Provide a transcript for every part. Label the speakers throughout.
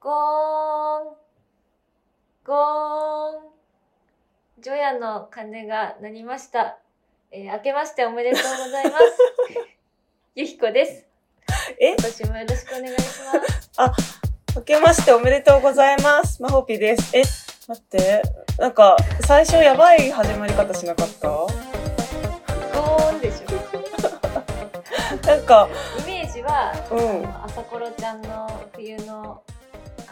Speaker 1: ゴーン、ゴーン、除夜の鐘が鳴りました。えー明けましておめでとうござい ます。ゆひこです。
Speaker 2: え
Speaker 1: 今年もよろしくお願いします。
Speaker 2: 明けましておめでとうございます。まほぴです。え、待って。なんか、最初やばい始まり方しなかった
Speaker 1: ゴーンでしょ。
Speaker 2: なんか、
Speaker 1: イメージは、
Speaker 2: うん。
Speaker 1: 朝ころちゃんの冬の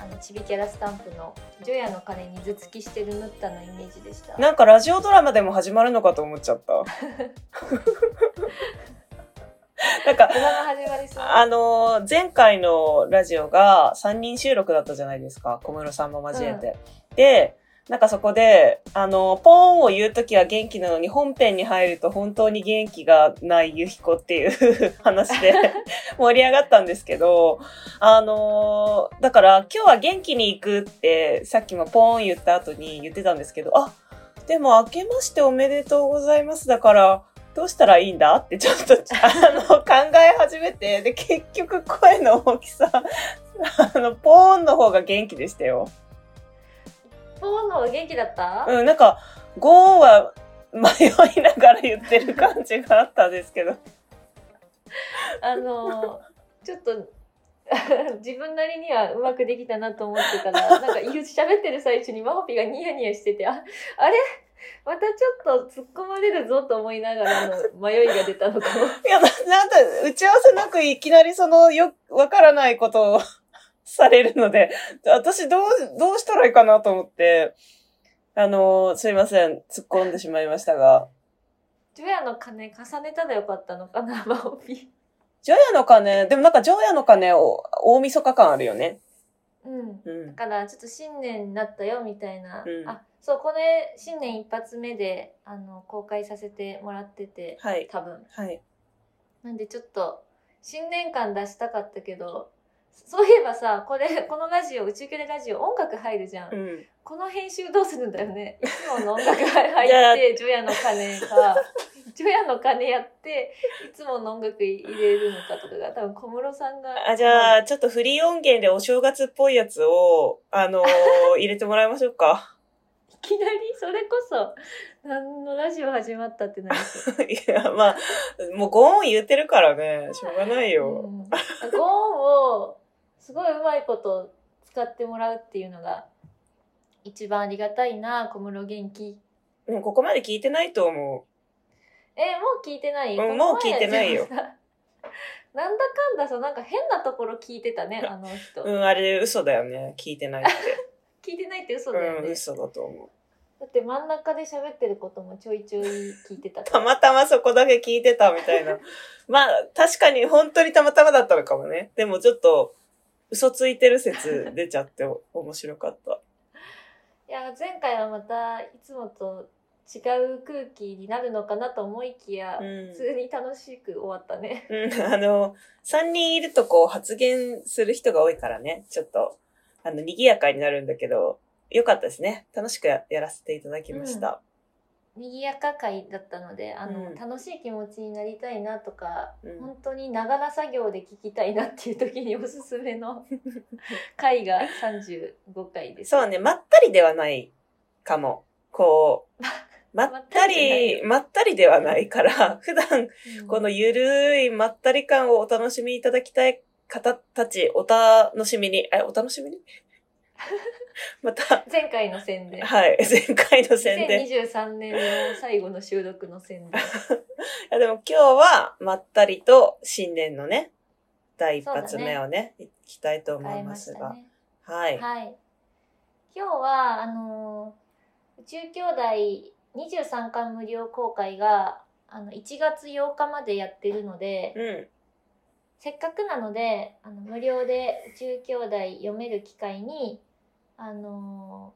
Speaker 1: あのちびキャラスタンプの除夜の鐘に頭突きしてるムッタのイメージでした。
Speaker 2: なんかラジオドラマでも始まるのかと思っちゃった。 なんか、
Speaker 1: ドラマ始まりそう。
Speaker 2: あのー前回のラジオが3人収録だったじゃないですか。小室さんも交えて。で、なんかそこで、あのーポーンを言うときは元気なのに、本編に入ると本当に元気がないゆひこっていう 話で盛り上がったんですけど、あのーだから今日は元気に行くって、さっきもポーン言った後に言ってたんですけど、あ、でも明けましておめでとうございます。だから、どうしたらいいんだってちょっとあの考え始めてで結局声の大きさあのポーンの方が元気でしたよ。
Speaker 1: ポーンの方元気だった、
Speaker 2: うんなんかゴーは迷いながら言ってる感じがあったんですけど。
Speaker 1: あのちょっと 自分なりにはうまくできたなと思ってたらなんか言う喋ってる最中にマホピがニヤニヤしててああれまたちょっと突っ込まれるぞと思いながらの迷いが出たのかも
Speaker 2: いやななんだ打ち合わせなくいきなりそのよわからないことを されるので私どうどうしたらいいかなと思ってあのすいません突っ込んでしまいましたが。
Speaker 1: 除夜の鐘重ねたらよかったのかなマホピ
Speaker 2: ジョヤの鐘、でもなんかジョヤの鐘、お大晦日感あるよね。
Speaker 1: うん
Speaker 2: うん。
Speaker 1: だからちょっと新年になったよみたいな、
Speaker 2: うん
Speaker 1: あそうこれ新年一発目であの公開させてもらってて
Speaker 2: はい。
Speaker 1: 多分
Speaker 2: はい。
Speaker 1: なんでちょっと新年感出したかったけどそういえばさこれこのラジオ宇宙系ラジオ音楽入るじゃん、
Speaker 2: うん。
Speaker 1: この編集どうするんだよ ねいつもの音楽入って除夜の鐘か 除夜の鐘やっていつもの音楽入れるのかとかが多分小室さんが
Speaker 2: あ、じゃあ、ちょっとフリー音源でお正月っぽいやつを、あの ー入れてもらいましょうか。
Speaker 1: いきなりそれこそ何のラジオ始まったってなりそう
Speaker 2: いや、まあ、もうゴーン言ってるからね、しょうがない
Speaker 1: うん
Speaker 2: よ。、
Speaker 1: ゴーンをすごいうまいこと使ってもらうっていうのが一番ありがたいな小室元気
Speaker 2: でもここまで聞いてないと思
Speaker 1: えもう聞いてない、
Speaker 2: うん
Speaker 1: この前
Speaker 2: もう聞いてないよ
Speaker 1: で もさなんだかんだそうなんか変なところ聞いてたねあの人、
Speaker 2: う。うん、あれ嘘だよね。聞いてないって。
Speaker 1: 聞いてないって嘘だよ
Speaker 2: う
Speaker 1: ね、
Speaker 2: ん、嘘だと思う。
Speaker 1: だって真ん中で喋ってることもちょいちょい聞いてた
Speaker 2: たまたまそこだけ聞いてたみたいな。 まあ、確かに本当にたまたまだったのかもね。でもちょっと、嘘ついてる説出ちゃってお面白かった。
Speaker 1: いや前回はまたいつもと違う空気になるのかなと思いきや、
Speaker 2: うん
Speaker 1: 普。通に楽しく終わったね
Speaker 2: うん、あの、3人いるとこう発言する人が多いからね、ちょっと、あの、賑やかになるんだけど、よかったですね。楽しくややらせていただきました。
Speaker 1: 賑やか会だったのであの、
Speaker 2: うん
Speaker 1: 楽しい気持ちになりたいなとか、
Speaker 2: うん
Speaker 1: 本当にながら作業で聞きたいなっていう時におすすめ の回が35回です。
Speaker 2: そうね、まったりではないかも。こう、 まったり、まったりではないから、 普段
Speaker 1: うん
Speaker 2: このゆるいまったり感をお楽しみいただきたい方たち、お楽しみに、え、お楽しみに また、
Speaker 1: 前回の宣 伝。
Speaker 2: はい、前回の宣伝。い
Speaker 1: 2023年の最後の収録の宣 伝。
Speaker 2: やでも今日は、まったりと新年のね、第一発目をね、いきたいと思
Speaker 1: 変
Speaker 2: い
Speaker 1: えま
Speaker 2: ま
Speaker 1: し
Speaker 2: す
Speaker 1: た
Speaker 2: が。
Speaker 1: ね。
Speaker 2: はい。
Speaker 1: はい。今日は、あのー宇宙兄弟23巻無料公開が、あの、1月8日までやってるので、
Speaker 2: うん。
Speaker 1: せっかくなのであの無料で宇宙兄弟読める機会に、あの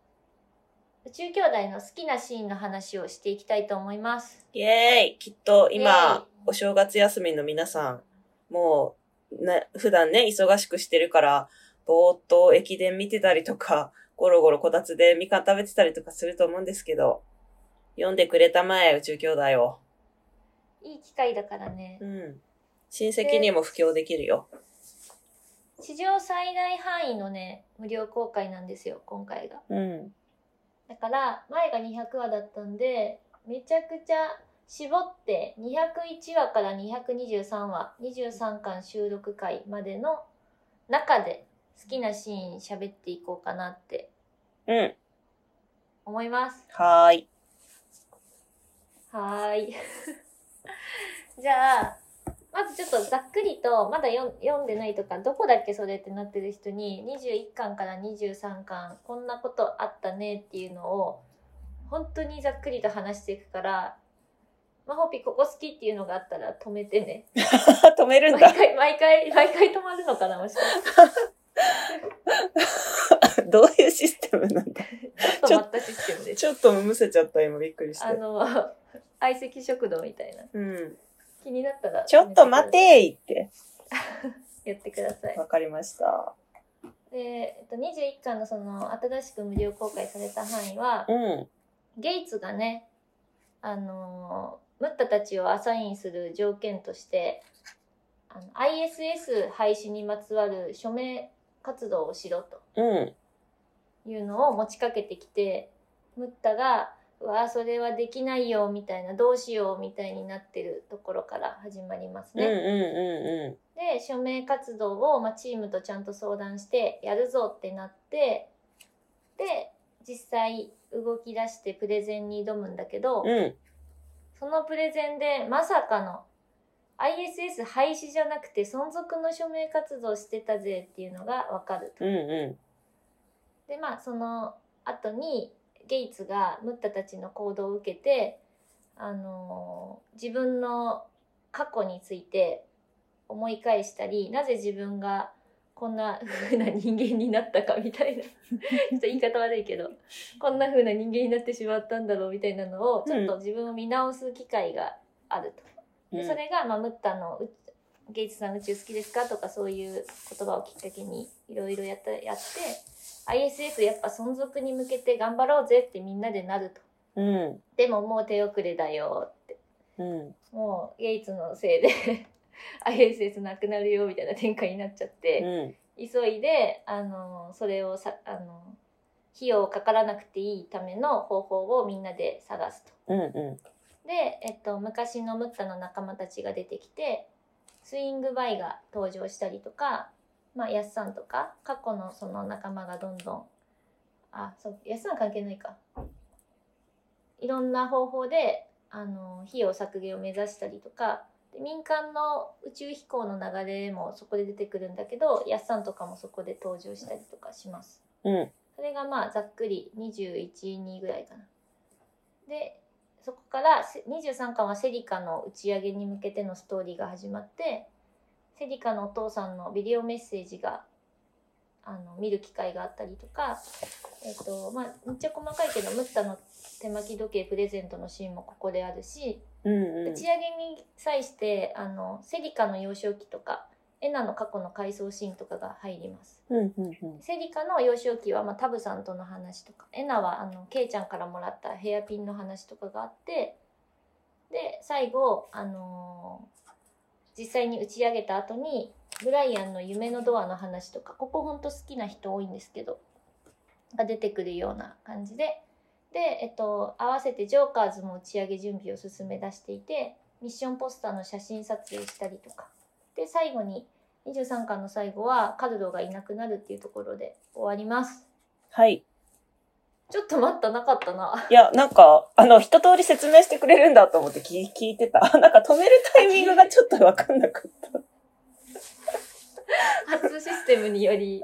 Speaker 1: ー宇宙兄弟の好きなシーンの話をしていきたいと思います。
Speaker 2: イエーイきっと
Speaker 1: イエーイ
Speaker 2: 今、お正月休みの皆さん、もう、な、普段ね、忙しくしてるから、ぼーっと駅伝見てたりとか、ゴロゴロこたつでみかん食べてたりとかすると思うんですけど、読んでくれたまえ、宇宙兄弟を。
Speaker 1: いい機会だからね
Speaker 2: う。ん。親戚にも布教できるよ。
Speaker 1: 史上最大範囲のね、無料公開なんですよ、今回が。
Speaker 2: うん。
Speaker 1: だから、前が200話だったんで、めちゃくちゃ絞って、201話から223話、23巻収録回までの中で、好きなシーン喋っていこうかなって
Speaker 2: うん。
Speaker 1: 思います。
Speaker 2: はーい。
Speaker 1: はーい。 じゃあ、まずちょっとざっくりと、まだ読ん読んでないとか、どこだっけそれってなってる人に、21巻から23巻、こんなことあったねっていうのを、本当にざっくりと話していくから、まほぴここ好きっていうのがあったら止めて ね。
Speaker 2: 止めるん
Speaker 1: 毎
Speaker 2: だ。
Speaker 1: 回、毎回、毎回止まるのかな、もしかして。
Speaker 2: どういうシステムなんだ
Speaker 1: ちょっと待ったシステムです。
Speaker 2: ちょっとむせちゃった、今びっくりし
Speaker 1: あ
Speaker 2: て。
Speaker 1: の、相席食堂みたいな。
Speaker 2: うん。
Speaker 1: 気になったら。
Speaker 2: ちょっと待てーいって。
Speaker 1: やってください。
Speaker 2: わかりました。
Speaker 1: で、えっと、21巻のその新しく無料公開された範囲は
Speaker 2: うん。
Speaker 1: ゲイツがねあのームッタたちをアサインする条件としてあの ISS 廃止にまつわる署名活動をしろと
Speaker 2: うん。
Speaker 1: いうのを持ちかけてきてムッタが「うわあそれはできないよ」みたいな「どうしよう」みたいになってるところから始まります
Speaker 2: うんうん
Speaker 1: ね。
Speaker 2: う
Speaker 1: で署名活動を、まあ、チームとちゃんと相談してやるぞってなってで実際動き出してプレゼンに挑むんだけど、
Speaker 2: んうん。うん。
Speaker 1: そのプレゼンでまさかの ISS 廃止じゃなくて存続の署名活動してたぜっていうのが分かると。
Speaker 2: うんう
Speaker 1: でまあその後にゲイツがムッタたちの行動を受けて、あのー自分の過去について思い返したりなぜ自分がこんな風な人間になったかみたいな ちょっと言い方悪いけどこんな風な人間になってしまったんだろうみたいなのをちょっと自分を見直す機会があると。
Speaker 2: ん。
Speaker 1: でそれが、まあ、ムッタのう「ゲイツさん宇宙好きですか?」とかそういう言葉をきっかけにいろいろやったやって ISS やっぱ存続に向けて頑張ろうぜってみんなでなると。
Speaker 2: うん。
Speaker 1: でももう手遅れだよって
Speaker 2: うん。
Speaker 1: もうゲイツのせいで ISS なくなるよみたいな展開になっちゃって、
Speaker 2: うん。
Speaker 1: 急いであのそれをさあの費用かからなくていいための方法をみんなで探すと。
Speaker 2: うんう
Speaker 1: で、えっと、昔のムッタの仲間たちが出てきてスイングバイが登場したりとか、まあ、ヤスさんとか過去のその仲間がどんどんあそうヤスさん関係ないかいろんな方法であの費用削減を目指したりとかで民間の宇宙飛行の流れもそこで出てくるんだけどヤスさんとかもそこで登場したりとかします。
Speaker 2: ん。うん。
Speaker 1: それがまあざっくり212ぐらいかな。でそこからせ23巻はセリカの打ち上げに向けてのストーリーが始まってセリカのお父さんのビデオメッセージがあの見る機会があったりとか、えっとまあ、めっちゃ細かいけどムッタの手巻き時計プレゼントのシーンもここであるし
Speaker 2: うんうん
Speaker 1: 打ち。上げに際してあのセリカの幼少期とかエナの過去の回想シーンとかが入ります。
Speaker 2: うんうんうん。
Speaker 1: セリカの幼少期は、まあ、タブさんとの話とかエナはあのケイちゃんからもらったヘアピンの話とかがあってで最後、あのー実際に打ち上げた後にブライアンの夢のドアの話とかここほんと好きな人多いんですけどが出てくるような感じでで、えっと、合わせてジョーカーズも打ち上げ準備を進め出していてミッションポスターの写真撮影したりとかで最後に23巻の最後はカルドがいなくなるっていうところで終わります
Speaker 2: はい。
Speaker 1: ちょっと待ったなかった な
Speaker 2: いや、なんか、あの、一通り説明してくれるんだと思って聞聞いてた。なんか止めるタイミングがちょっとわかんなかった。い
Speaker 1: 初システムにより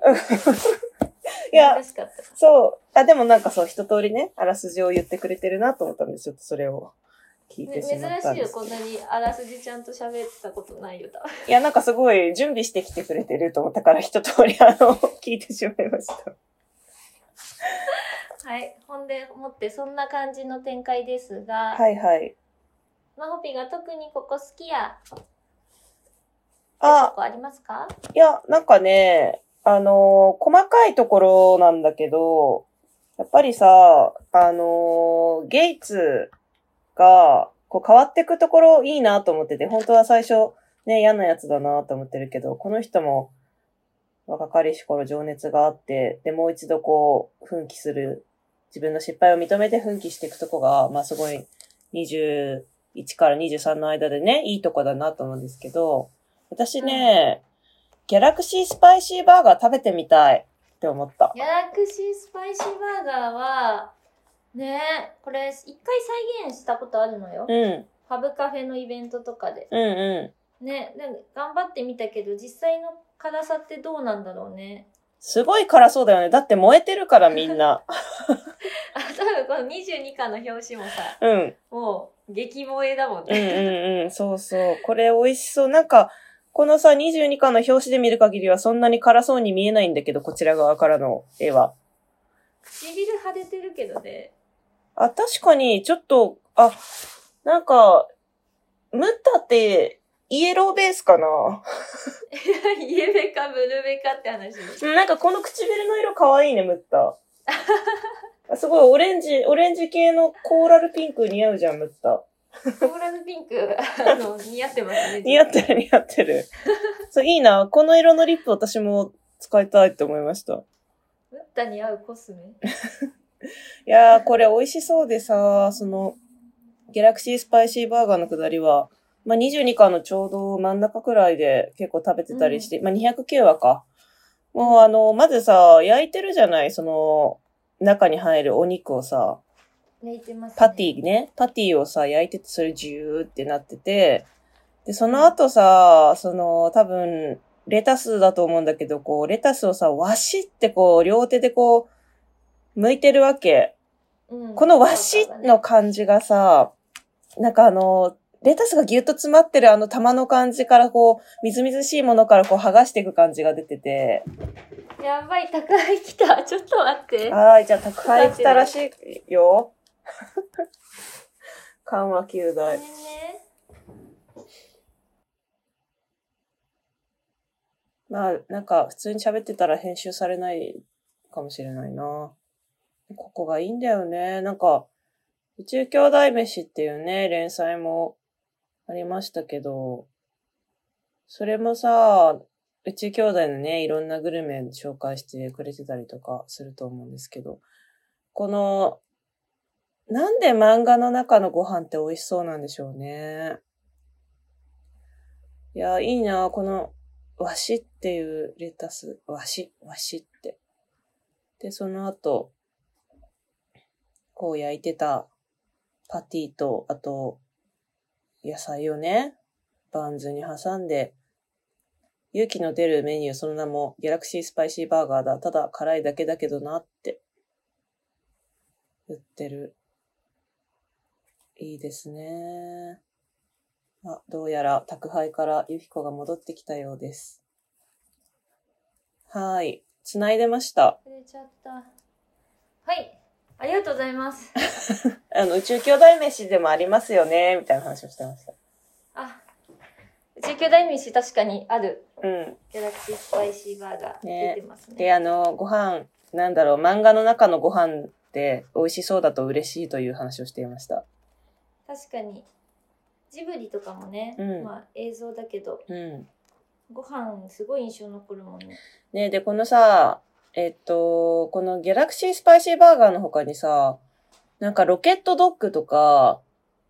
Speaker 2: や
Speaker 1: 難、しかった
Speaker 2: そう。あ、でもなんかそう、一通りね、あらすじを言ってくれてるなと思ったんで、ちょっとそれを聞い
Speaker 1: め
Speaker 2: てしまった
Speaker 1: 珍しい
Speaker 2: んで
Speaker 1: よ
Speaker 2: す。
Speaker 1: こんなにあらすじちゃんと喋ったことないよ多分
Speaker 2: いや、なんかすごい準備してきてくれてると思ったから、一通りあの、聞いてしまいました。
Speaker 1: はいほんでもってそんな感じの展開ですが、
Speaker 2: はいはい。
Speaker 1: まほぴが特にここ好きや
Speaker 2: あ
Speaker 1: こ、こありますか
Speaker 2: いや、なんかね、あのー細かいところなんだけど、やっぱりさ、あのーゲイツが、こう変わってくところいいなと思ってて、本当は最初、ね、嫌なやつだなと思ってるけど、この人も、若かりし頃情熱があって、で、もう一度こう、奮起する、自分の失敗を認めて奮起していくとこが、まあすごい、21から23の間でね、いいとこだなと思うんですけど、私ね、ギャラクシースパイシーバーガー食べてみたいって思った。
Speaker 1: ギャラクシースパイシーバーガーは、ねこれ、一回再現したことあるのよ
Speaker 2: う。ん、うん
Speaker 1: ハブカフェのイベントとかで。
Speaker 2: うん。
Speaker 1: ね、で頑張ってみたけど、実際の辛さってどうなんだろうね。
Speaker 2: すごい辛そうだよね。だって燃えてるからみんな。
Speaker 1: あ、多分この22巻の表紙もさ、
Speaker 2: うん。
Speaker 1: もう、激萌えだもん
Speaker 2: うん
Speaker 1: ね。
Speaker 2: うんうん。そうそう。これ美味しそう。なんか、このさ、22巻の表紙で見る限りはそんなに辛そうに見えないんだけど、こちら側からの絵は。
Speaker 1: 唇腫れてるけどね。
Speaker 2: あ、確かに、ちょっと、あ、なんか、ムッタって、イエローベースかな。
Speaker 1: イエベかブルベかって話。
Speaker 2: うんなんかこの唇の色可愛いね、ムッタ。あすごい、オレンジ、オレンジ系のコーラルピンク似合うじゃん、ムッタ。
Speaker 1: コーラルピンク、あの、似合ってますね。
Speaker 2: 似合ってる似合ってる。そう、いいな。この色のリップ私も使いたいって思いました。
Speaker 1: ムッタに合うコスメ。
Speaker 2: いやー、これ美味しそうでさ、その、ギャラクシースパイシーバーガーのくだりは、まあ、22巻のちょうど真ん中くらいで結構食べてたりして、まあ、209話か。もうあの、まずさ、焼いてるじゃないその、中に入るお肉をさ、
Speaker 1: 焼いてます、ね。
Speaker 2: パティね、パティをさ、焼いてて、それジューってなってて、で、その後さ、その、多分、レタスだと思うんだけど、こう、レタスをさ、わしってこう、両手でこう、剥いてるわけ。
Speaker 1: うん
Speaker 2: この和紙の感じがさ、なんかあの、レタスがぎゅっと詰まってるあの玉の感じからこう、みずみずしいものからこう剥がしていく感じが出てて、
Speaker 1: やばい、宅配来た。ちょっと待って。
Speaker 2: はい、じゃあ宅配来たらしいよ。 緩和球
Speaker 1: ごめん
Speaker 2: 大
Speaker 1: ね。。
Speaker 2: まあ、なんか普通に喋ってたら編集されないかもしれないな。ここがいいんだよね。なんか、宇宙兄弟飯っていうね、連載もありましたけど、それもさ、宇宙兄弟のね、いろんなグルメ紹介してくれてたりとかすると思うんですけど、この、なんで漫画の中のご飯って美味しそうなんでしょうね。いや、いいな、このわしっていうレタス、わし、わしって。で、その後、こう焼いてたパティと、あと、野菜をね、バンズに挟んで、勇気の出るメニュー、その名もギャラクシースパイシーバーガーだ。ただ辛いだけだけどなって、言ってる。いいですね。あ、どうやら宅配からゆきこが戻ってきたようです。はーい。繋いでました。
Speaker 1: 忘れちゃった。はい。ありがとうございます。
Speaker 2: あの、宇宙兄弟飯でもありますよね、みたいな話をしてました。
Speaker 1: あ、宇宙巨大飯確かにある。
Speaker 2: うん。
Speaker 1: ギャラクシースパイシーバーガー
Speaker 2: ね
Speaker 1: 出てますね。
Speaker 2: で、あの、ご飯、なんだろう、漫画の中のご飯って美味しそうだと嬉しいという話をしていました。
Speaker 1: 確かに。ジブリとかもね、
Speaker 2: うん
Speaker 1: まあ映像だけど、
Speaker 2: うん。
Speaker 1: ご飯すごい印象残るもんね。
Speaker 2: ねで、このさ、えっと、このギャラクシースパイシーバーガーの他にさ、なんかロケットドッグとか、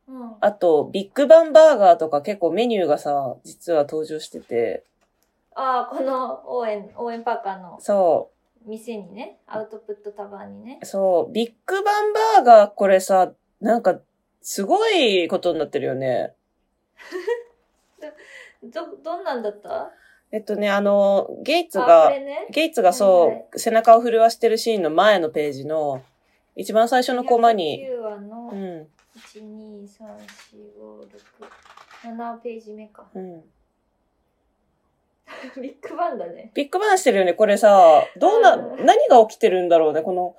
Speaker 1: うん。
Speaker 2: あと、ビッグバンバーガーとか結構メニューがさ、実は登場してて、
Speaker 1: ああ、この応援、応援パーカーの
Speaker 2: そ
Speaker 1: 店にね、アウトプットタバーにね
Speaker 2: う、。そう、ビッグバンバーガー、これさ、なんか、すごいことになってるよね。
Speaker 1: ど、どんなんだった
Speaker 2: えっとね、あの、ゲイツ
Speaker 1: あ、こ
Speaker 2: が
Speaker 1: れ、ね。
Speaker 2: ゲイツがそう、
Speaker 1: はいは
Speaker 2: 背中を震わしてるシーンの前のページの、一番最初のコマに、
Speaker 1: 9話の
Speaker 2: うん、
Speaker 1: 1、2、3、4、5、6、7ページ目か。
Speaker 2: うん。
Speaker 1: ビッグバンだね。
Speaker 2: ビッグバンしてるよね、これさ、どうな、
Speaker 1: うん
Speaker 2: 何が起きてるんだろうね、この、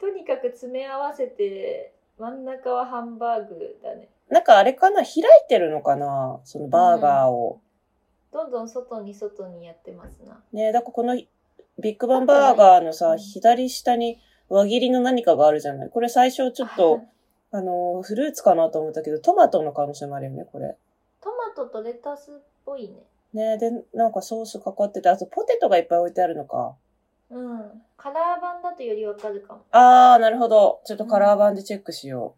Speaker 1: とにかく詰め合わせて、真ん中はハンバーグだね。
Speaker 2: なんかあれかな、開いてるのかな、そのバーガーを。
Speaker 1: どんどん外に外にやってますな。
Speaker 2: ねだからこのビッグバンバーガーの
Speaker 1: う
Speaker 2: さ、
Speaker 1: ん
Speaker 2: 左下に輪切りの何かがあるじゃないこれ最初ちょっと、あのー、フルーツかなと思ったけど、トマトの可能性もあるよね、これ。
Speaker 1: トマトとレタスっぽいね。
Speaker 2: ねで、なんかソースかかってて、あとポテトがいっぱい置いてあるのか。
Speaker 1: うん。カラー版だとよりわかる かも。
Speaker 2: あー、なるほど。ちょっとカラー版でチェックしよ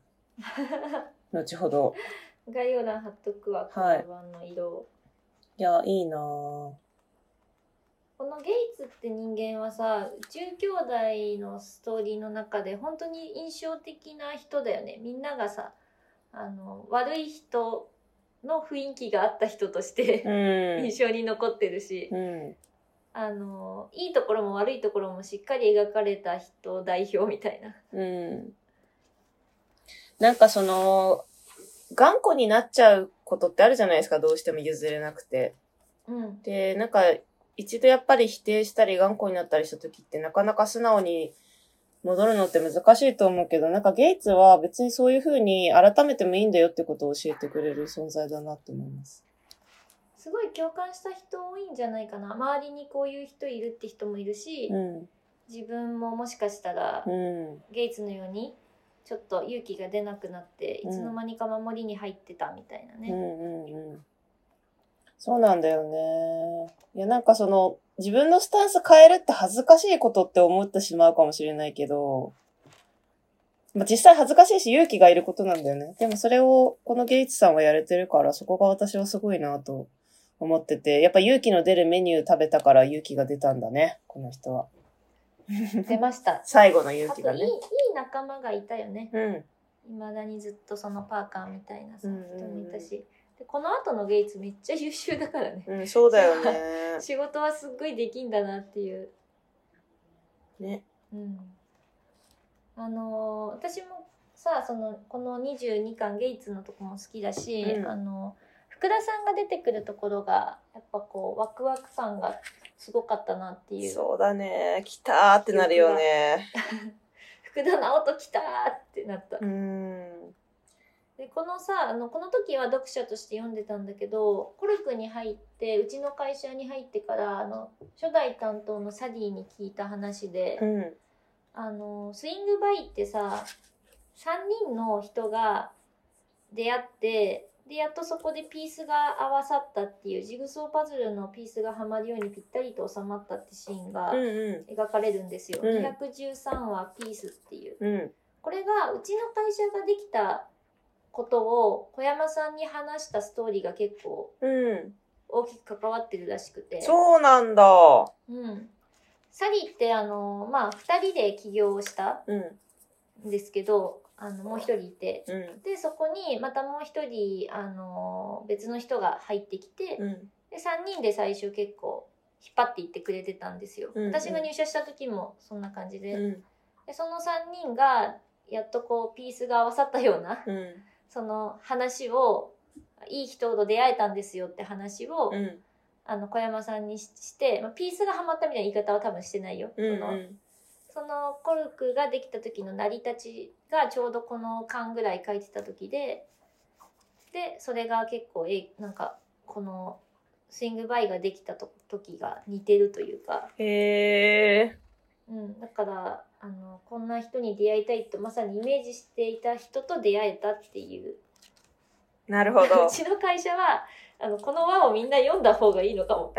Speaker 2: う。後ほど。
Speaker 1: 概要欄貼っとくわ、カラー版の色を。
Speaker 2: いや、いいなぁ。
Speaker 1: このゲイツって人間はさ10兄弟のストーリーの中で本当に印象的な人だよねみんながさあの悪い人の雰囲気があった人として、
Speaker 2: う ん。
Speaker 1: 印象に残ってるし、
Speaker 2: うん。
Speaker 1: あのいいところも悪いところもしっかり描かれた人代表みたいな。
Speaker 2: うん。なんかその、頑固になっちゃうことってあるじゃないですか、どうしても譲れなくて。
Speaker 1: うん、
Speaker 2: で、なんか、一度やっぱり否定したり頑固になったりした時ってなかなか素直に戻るのって難しいと思うけど、なんかゲイツは別にそういう風に改めてもいいんだよってことを教えてくれる存在だなって思います。
Speaker 1: すごい共感した人多いんじゃないかな周りにこういう人いるって人もいるし、
Speaker 2: うん。
Speaker 1: 自分ももしかしたら
Speaker 2: うん。
Speaker 1: ゲイツのようにちょっと勇気が出なくなっていつの間にか守りに入ってたみたいな
Speaker 2: う
Speaker 1: ね。
Speaker 2: んうんうん。そうなんだよね。いや、なんかその、自分のスタンス変えるって恥ずかしいことって思ってしまうかもしれないけど、まあ、実際恥ずかしいし勇気がいることなんだよね。でもそれをこのゲイツさんはやれてるから、そこが私はすごいなと思ってて、やっぱ勇気の出るメニュー食べたから勇気が出たんだね、この人は。
Speaker 1: 出ました。
Speaker 2: 最後の勇
Speaker 1: あ
Speaker 2: 気
Speaker 1: と
Speaker 2: が
Speaker 1: いいい
Speaker 2: ね。
Speaker 1: い仲間がいたよね。
Speaker 2: うん。
Speaker 1: 未だにずっとそのパーカーみたいなさ
Speaker 2: うんうんうん
Speaker 1: 人もいたし、でこの後のゲイツめっちゃ優秀だからね。
Speaker 2: うん、そうだよね。
Speaker 1: 仕事はすっごいできんだなっていう。
Speaker 2: ね。
Speaker 1: うん、あのー私もさそのこの22巻ゲイツのとこも好きだし、
Speaker 2: うん
Speaker 1: あの福田さんが出てくるところがやっぱこうワクワク感がすごかったなっていう
Speaker 2: そうだね。来たーってなるよね。
Speaker 1: 福田直人来たーってなった、
Speaker 2: うん。
Speaker 1: でこのさあのこの時は読者として読んでたんだけどコルクに入ってうちの会社に入ってからあの初代担当のサディに聞いた話で、
Speaker 2: うん。
Speaker 1: あのスイングバイってさ3人の人が出会ってでやっとそこでピースが合わさったっていうジグソーパズルのピースがはまるようにぴったりと収まったってシーンが
Speaker 2: うんう
Speaker 1: 描かれるんですよ。
Speaker 2: うん
Speaker 1: 213話「ピース」っていうん
Speaker 2: うん
Speaker 1: これがうちの会社ができたことを小山さんに話したストーリーが結構
Speaker 2: うん
Speaker 1: 大きく関わってるらしくて。
Speaker 2: そうなんだ。
Speaker 1: うん、サリーってあのまあ2人で起業をした
Speaker 2: うん
Speaker 1: ですけどあのもう一人いて
Speaker 2: う
Speaker 1: でそこにまたもう一人あの別の人が入ってきて、
Speaker 2: ん
Speaker 1: で3人で最初結構引っ張っていってくれてたんですよ、
Speaker 2: うんうん
Speaker 1: 私が入社した時もそんな感じで,、
Speaker 2: うん
Speaker 1: でその3人がやっとこうピースが合わさったような
Speaker 2: うん
Speaker 1: その話をいい人と出会えたんですよって話を、
Speaker 2: うん
Speaker 1: あの小山さんにしして、まあ、ピースがハマったみたいな言い方は多分してないよ、
Speaker 2: うん
Speaker 1: そのそのコルクができた時の成り立ちがちょうどこの巻ぐらい書いてた時ででそれが結構えなんかこのスイングバイができたと時が似てるというか、
Speaker 2: へえ。
Speaker 1: うん、だからあのこんな人に出会いたいとまさにイメージしていた人と出会えたっていう
Speaker 2: なるほ
Speaker 1: う
Speaker 2: ど。
Speaker 1: ちの会社はあのこの輪をみんな読んだ方がいいのかも。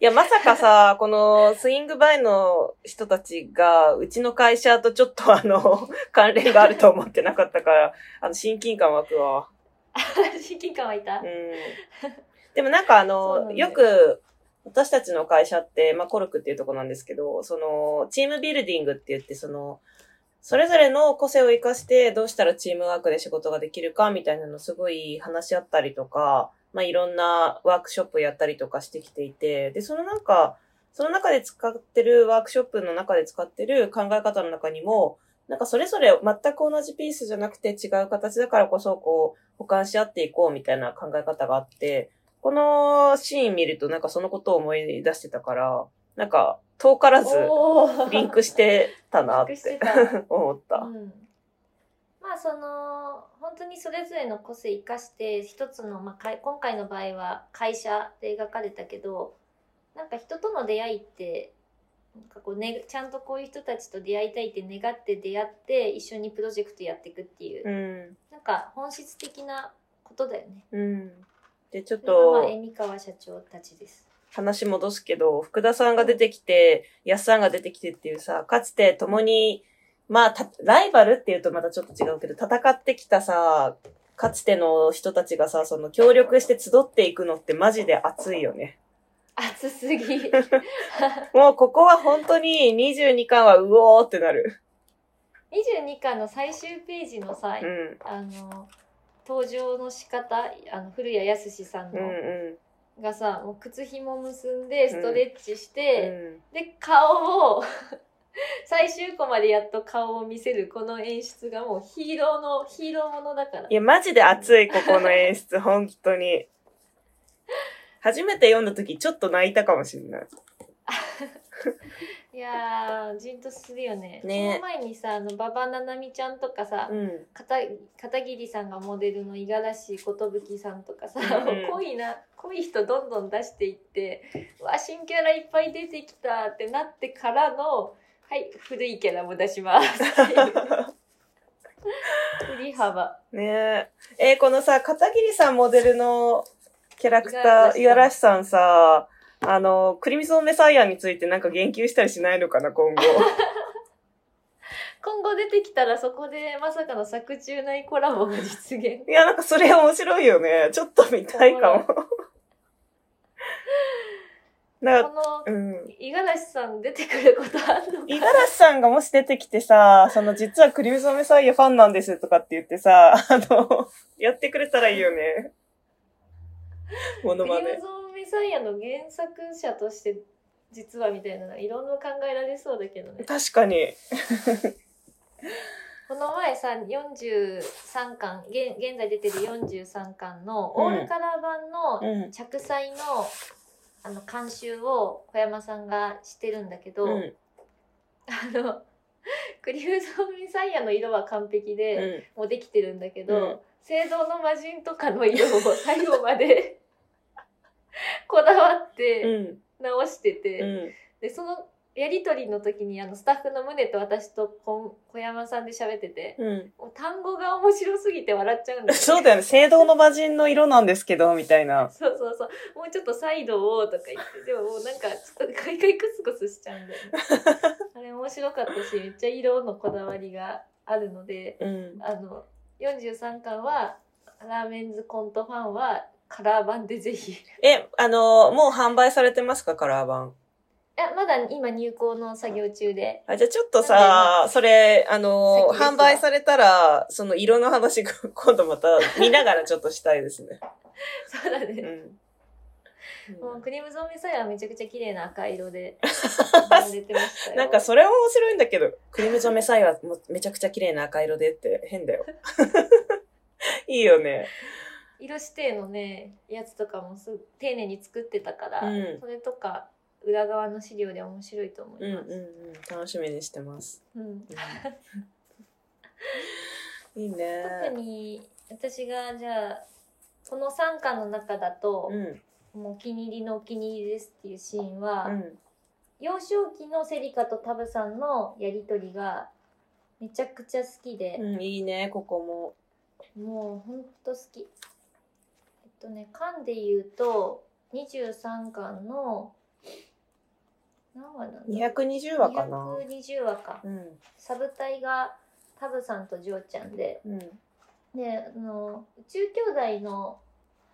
Speaker 2: いや、まさかさ、このスイングバイの人たちが、うちの会社とちょっとあの、関連があると思ってなかったから、あの、親近感湧くわ。
Speaker 1: 親近感湧いた
Speaker 2: うん。 でもなんか
Speaker 1: そう
Speaker 2: あ
Speaker 1: なん
Speaker 2: の、
Speaker 1: だよ
Speaker 2: よく、私たちの会社って、まあ、コルクっていうとこなんですけど、その、チームビルディングって言って、その、それぞれの個性を生かして、どうしたらチームワークで仕事ができるか、みたいなのすごい話し合ったりとか、まあ、いろんなワークショップやったりとかしてきていて、で、そのなんか、その中で使ってる、ワークショップの中で使ってる考え方の中にも、なんかそれぞれ全く同じピースじゃなくて違う形だからこそ、こう、補完し合っていこうみたいな考え方があって、このシーン見るとなんかそのことを思い出してたから、なんか遠からず
Speaker 1: おー
Speaker 2: リンクしてたなっ
Speaker 1: リンクして
Speaker 2: て
Speaker 1: た
Speaker 2: 思った。
Speaker 1: うん、まあその本当にそれぞれの個性生かして一つの、まあかい、今回の場合は会社で描かれたけどなんか人との出会いってなんかこう、ね、ちゃんとこういう人たちと出会いたいって願って出会って一緒にプロジェクトやっていくっていう、
Speaker 2: うん。
Speaker 1: なんか本質的なことだよね。
Speaker 2: うん。で、ちょっ
Speaker 1: まあ、
Speaker 2: と
Speaker 1: え、みかわ社長たちです。
Speaker 2: 話戻すけど、福田さんが出てきて、安さんが出てきてっていうさ、かつて共に、まあ、たライバルっていうとまたちょっと違うけど、戦ってきたさ、かつての人たちがさ、その協力して集っていくのってマジで熱いよね。
Speaker 1: 熱す ぎ。
Speaker 2: もうここは本当に22巻はうおーってなる。
Speaker 1: 22巻の最終ページのさ、
Speaker 2: うん。
Speaker 1: あの、登場の仕方、あの古谷康さん
Speaker 2: う
Speaker 1: の、
Speaker 2: んうん。
Speaker 1: がさ、もう靴紐結んでストレッチして、
Speaker 2: うん
Speaker 1: で、顔を、 最終個までやっと顔を見せるこの演出がもうヒーローの、ヒーローものだから
Speaker 2: い。や、マジで熱い、ここの演出、本当に。初めて読んだ時、ちょっと泣いたかもしれない。
Speaker 1: いやー、じんとするよね。
Speaker 2: ね
Speaker 1: その前にさ、あの、馬場ななみちゃんとかさ、
Speaker 2: うん。
Speaker 1: 片片桐さんがモデルの五十嵐寿さんとかさ、
Speaker 2: うんうん
Speaker 1: もう濃いな濃い人どんどん出していってうわ新キャラいっぱい出てきたってなってからのはい古いキャラも出し ますっていう振り幅
Speaker 2: ねえ。えーこのさ、片桐さんモデルのキャラクター、
Speaker 1: 五
Speaker 2: 五
Speaker 1: 十嵐
Speaker 2: 十嵐さんさ、あの、クリミソンメサイアについてなんか言及したりしないのかな、今後。
Speaker 1: 今後出てきたらそこでまさかの作中内コラボが実現
Speaker 2: いや、なんかそれ面白いよね。ちょっと見たいかも。なんか、
Speaker 1: この
Speaker 2: うん。
Speaker 1: 五十嵐さん出てくることあんの
Speaker 2: 五十
Speaker 1: か
Speaker 2: 嵐さんがもし出てきてさ、その実はクリムゾンメサイヤファンなんですとかって言ってさ、あの、やってくれたらいいよね。モノ
Speaker 1: ク
Speaker 2: マ
Speaker 1: リム
Speaker 2: ネ。
Speaker 1: ゾンメサイアの原作者として実はみたいなのいろんな考えられそうだけどね
Speaker 2: 確かに。
Speaker 1: この前さ43巻現現在出てる43巻のオールカラー版の
Speaker 2: うん。
Speaker 1: 着彩の,、あの監修を小山さんがしてるんだけど、
Speaker 2: うん。
Speaker 1: あの クリフゾンミサイヤの色は完璧で、
Speaker 2: う
Speaker 1: もうできてるんだけど、
Speaker 2: うん
Speaker 1: 聖堂の魔人とかの色を最後まで こだわって
Speaker 2: ん。
Speaker 1: 直してて、
Speaker 2: うん。
Speaker 1: でそのやり取りの時にあのスタッフの宗と私と小小山さんで喋ってて。
Speaker 2: うん。
Speaker 1: もう単語が面白すぎて笑っちゃうんだよね
Speaker 2: そうだよね。聖堂の魔人の色なんですけど、みたいな。
Speaker 1: そうそうそうもうちょっとサイドをとか言ってでももうなんかちょっとカイカイクスクスしちゃうん だよねあれ面白かったしめっちゃ色のこだわりがあるので
Speaker 2: うん。
Speaker 1: あの43巻はラーメンズコントファンはカラー版でぜひい
Speaker 2: え、あの、もう販売されてますか、カラー版。
Speaker 1: やまだ今入稿の作業中で
Speaker 2: あ、じゃあちょっと
Speaker 1: なんでま
Speaker 2: さ、それ、あの、
Speaker 1: 先ですが
Speaker 2: 販売されたら、その色の話、 今度また見ながらちょっとしたいですね。
Speaker 1: そうだ
Speaker 2: う
Speaker 1: ね、
Speaker 2: ん。
Speaker 1: もうクリームゾンビサイヤはめちゃくちゃ綺麗な赤色 で並んでてましたよ
Speaker 2: なんかそれも面白いんだけど、クリーム染めサイはもうめちゃくちゃ綺麗な赤色でって変 だよ。いいよね。
Speaker 1: 色指定のねやつとかもす丁寧に作ってたから、
Speaker 2: うん
Speaker 1: それとか裏側の資料で面白いと思
Speaker 2: うん
Speaker 1: い
Speaker 2: うん
Speaker 1: ます。
Speaker 2: うん。楽しみにしてます。
Speaker 1: うん
Speaker 2: いいね。
Speaker 1: 特に私がじゃあこの3巻の中だと
Speaker 2: う、ん。
Speaker 1: もうお気に入りのお気に入りですっていうシーンは、
Speaker 2: うん。
Speaker 1: 幼少期のセリカとタブさんのやりとりがめちゃくちゃ好きで、
Speaker 2: うん、いいね、ここも。
Speaker 1: もうほんと好き。えっとね巻で言うと23巻の何話なんだろう
Speaker 2: 220話かな。
Speaker 1: 220話か
Speaker 2: うん。
Speaker 1: サブ隊がタブさんとジョーちゃんで
Speaker 2: うん。
Speaker 1: であの宇宙兄弟の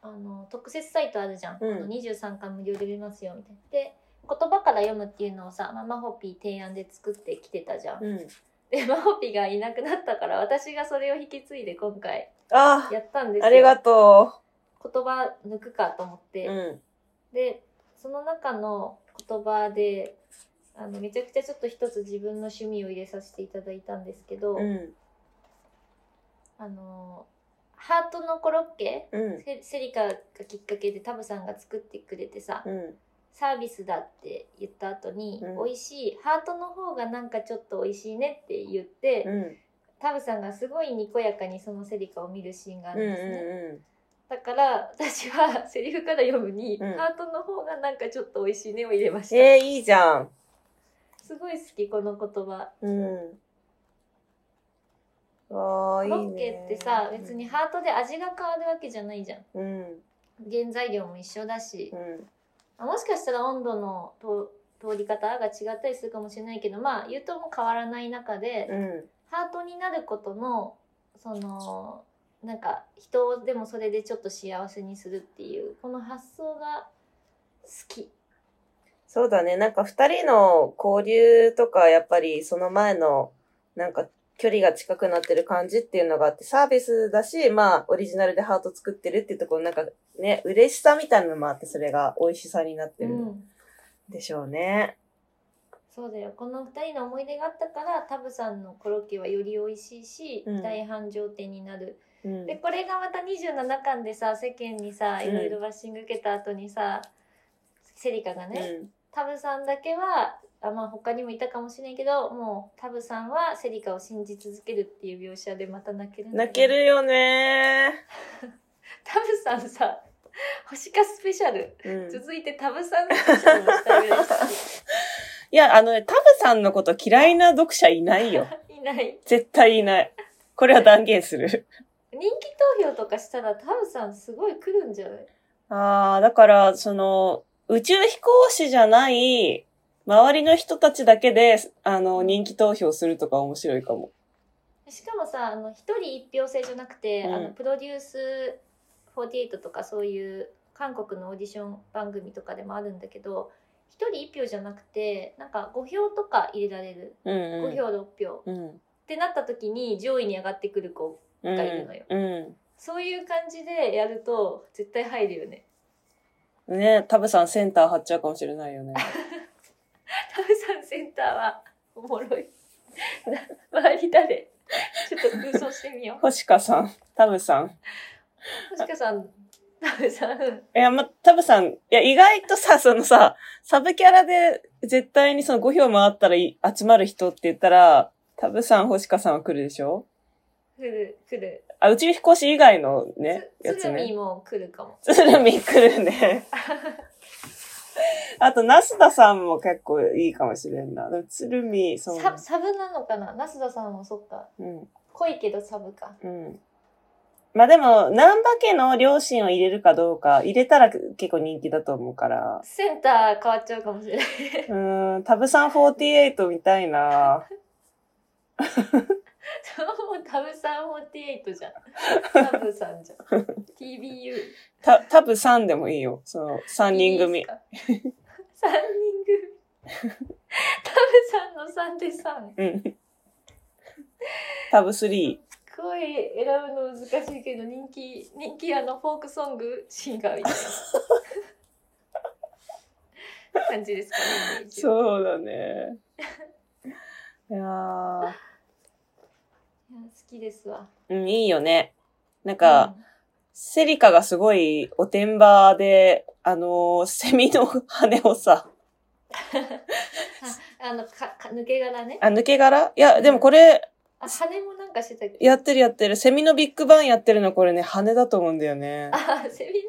Speaker 1: あの特設サイトあるじゃん、
Speaker 2: うん
Speaker 1: あの23巻無料で見ますよみたいなで言葉から読むっていうのをさ、まあ、マホピー提案で作ってきてたじゃん、
Speaker 2: うん。
Speaker 1: でマホピーがいなくなったから私がそれを引き継いで今回
Speaker 2: あ
Speaker 1: やったんです
Speaker 2: あ、ありがと
Speaker 1: 言葉抜くかと思って、
Speaker 2: う。うん。
Speaker 1: でその中の言葉であのめちゃくちゃちょっと一つ自分の趣味を入れさせていただいたんですけど、
Speaker 2: うん。
Speaker 1: あのハートのコロッケ
Speaker 2: うん。
Speaker 1: セセリカがきっかけでタブさんが作ってくれてさ、
Speaker 2: うん。
Speaker 1: サービスだって言った後に、
Speaker 2: うん
Speaker 1: 美味しいハートの方がなんかちょっと美味しいねって言って、
Speaker 2: うん。
Speaker 1: タブさんがすごいにこやかにそのセリカを見るシーンがあ
Speaker 2: うん。
Speaker 1: るんですね、
Speaker 2: う
Speaker 1: だから私はセリフから読むに、
Speaker 2: うん
Speaker 1: ハートの方がなんかちょっと美味しいねを入れまし
Speaker 2: ん。
Speaker 1: た、
Speaker 2: えー、いいじゃん。
Speaker 1: すごい好きこの言葉
Speaker 2: うん。わあ、
Speaker 1: コ
Speaker 2: いいね。
Speaker 1: ロッケってさ別にハートで味が変わるわけじゃないじゃん
Speaker 2: うん。
Speaker 1: 原材料も一緒だし
Speaker 2: う、ん
Speaker 1: まあもしかしたら温度のと通り方が違ったりするかもしれないけどまあ言うとも変わらない中で、
Speaker 2: うん
Speaker 1: ハートになることのそのなんか人をでもそれでちょっと幸せにするっていうこの発想が好き。
Speaker 2: そうだね。なんか二人の交流とか、やっぱりその前の、なんか距離が近くなってる感じっていうのがあって、サービスだし、まあ、オリジナルでハート作ってるっていうところ、なんかね、嬉しさみたいなのもあって、それが美味しさになって
Speaker 1: う
Speaker 2: るん
Speaker 1: ん
Speaker 2: でしょうね。
Speaker 1: そうだよこの2人の思い出があったからタブさんのコロッケはより美味しいし、
Speaker 2: うん
Speaker 1: 大繁盛店になる、
Speaker 2: うん
Speaker 1: でこれがまた27巻でさ世間にさ
Speaker 2: うん
Speaker 1: いろいろバッシング受けた後にさ、セリカがね、
Speaker 2: うん
Speaker 1: タブさんだけはあまあ他にもいたかもしれないけどもうタブさんはセリカを信じ続けるっていう描写でまた泣けるんだよね
Speaker 2: 泣けるよね
Speaker 1: タブさんさ星かスペシャル、
Speaker 2: うん
Speaker 1: 続いてタブさんスペシャルもしたいぐらい好
Speaker 2: いや、あのね、タブさんのこと嫌いな読者いないよ。
Speaker 1: き いない
Speaker 2: 絶対いない。これは断言する。
Speaker 1: 人気投票とかしたらタブさんすごい来るんじゃない
Speaker 2: ああ、だから、その、宇宙飛行士じゃない、周りの人たちだけで、あの、人気投票するとか面白いかも。
Speaker 1: しかもさあの一人一票制じゃなくて、
Speaker 2: うん
Speaker 1: あのプロデュース48とかそういう韓国のオーディション番組とかでもあるんだけど一人一票じゃなくてなんか5票とか入れられる
Speaker 2: うん、
Speaker 1: 5
Speaker 2: うん。
Speaker 1: 票6票、っ
Speaker 2: うん。
Speaker 1: てなった時に上位に上がってくる子
Speaker 2: うん
Speaker 1: がいるのよ
Speaker 2: うん。
Speaker 1: そういう感じでやると絶対入るよね。
Speaker 2: ねタブさんセンター張っちゃうかもしれないよ ね。
Speaker 1: タブさんセンターはおもろい。な周り誰ちょっと空想してみ よ
Speaker 2: 星香さん、タブさん。
Speaker 1: う。もしかさん、タブさん、
Speaker 2: いや、ま、タブさん、いや、意外とさ、そのさ、サブキャラで絶対にその5票回ったらい集まる人って言ったら、タブさん、星香さんは来るでしょ
Speaker 1: 来る、来る。
Speaker 2: あ、宇宙飛行士以外のね、や
Speaker 1: つ
Speaker 2: つ
Speaker 1: 鶴見
Speaker 2: ね。
Speaker 1: も来るかも。
Speaker 2: 鶴見来るね。 あと、ナスダさんも結構いいかもしれんな。でも鶴見、そう、
Speaker 1: ササブなのかな那須田さんもそっか。
Speaker 2: うん、
Speaker 1: 濃いけどサブか。
Speaker 2: うん。まあでも、南波家の両親を入れるかどうか、入れたら結構人気だと思 うから。
Speaker 1: センター変わっちゃうかもしれない。
Speaker 2: うーん、タブさん48みたいな。
Speaker 1: もうタブさん48じゃん。タブさんじゃん。TBU。
Speaker 2: た、多分3でもいいよ。その、3人
Speaker 1: いい
Speaker 2: 組
Speaker 1: で。すか。三人組。タブさんの3で3。
Speaker 2: うん。多分3。
Speaker 1: すごい選ぶの難しいけど人気人気あのフォークソングシンガーみたい な感じですかねイメージは
Speaker 2: そう だね。い
Speaker 1: い
Speaker 2: やー、
Speaker 1: や好きですわ
Speaker 2: うん、いいよね。なんか、
Speaker 1: うん
Speaker 2: セリカがすごいおてんばで、あのーセミの羽をさ、
Speaker 1: あのかか抜け殻ね
Speaker 2: あ、抜け殻いや、でもこれ、
Speaker 1: あ羽もなんかしてたっけ
Speaker 2: やってるやってる。セミのビッグバンやってるのこれね、羽だと思うんだよね
Speaker 1: あ。セミのビッグ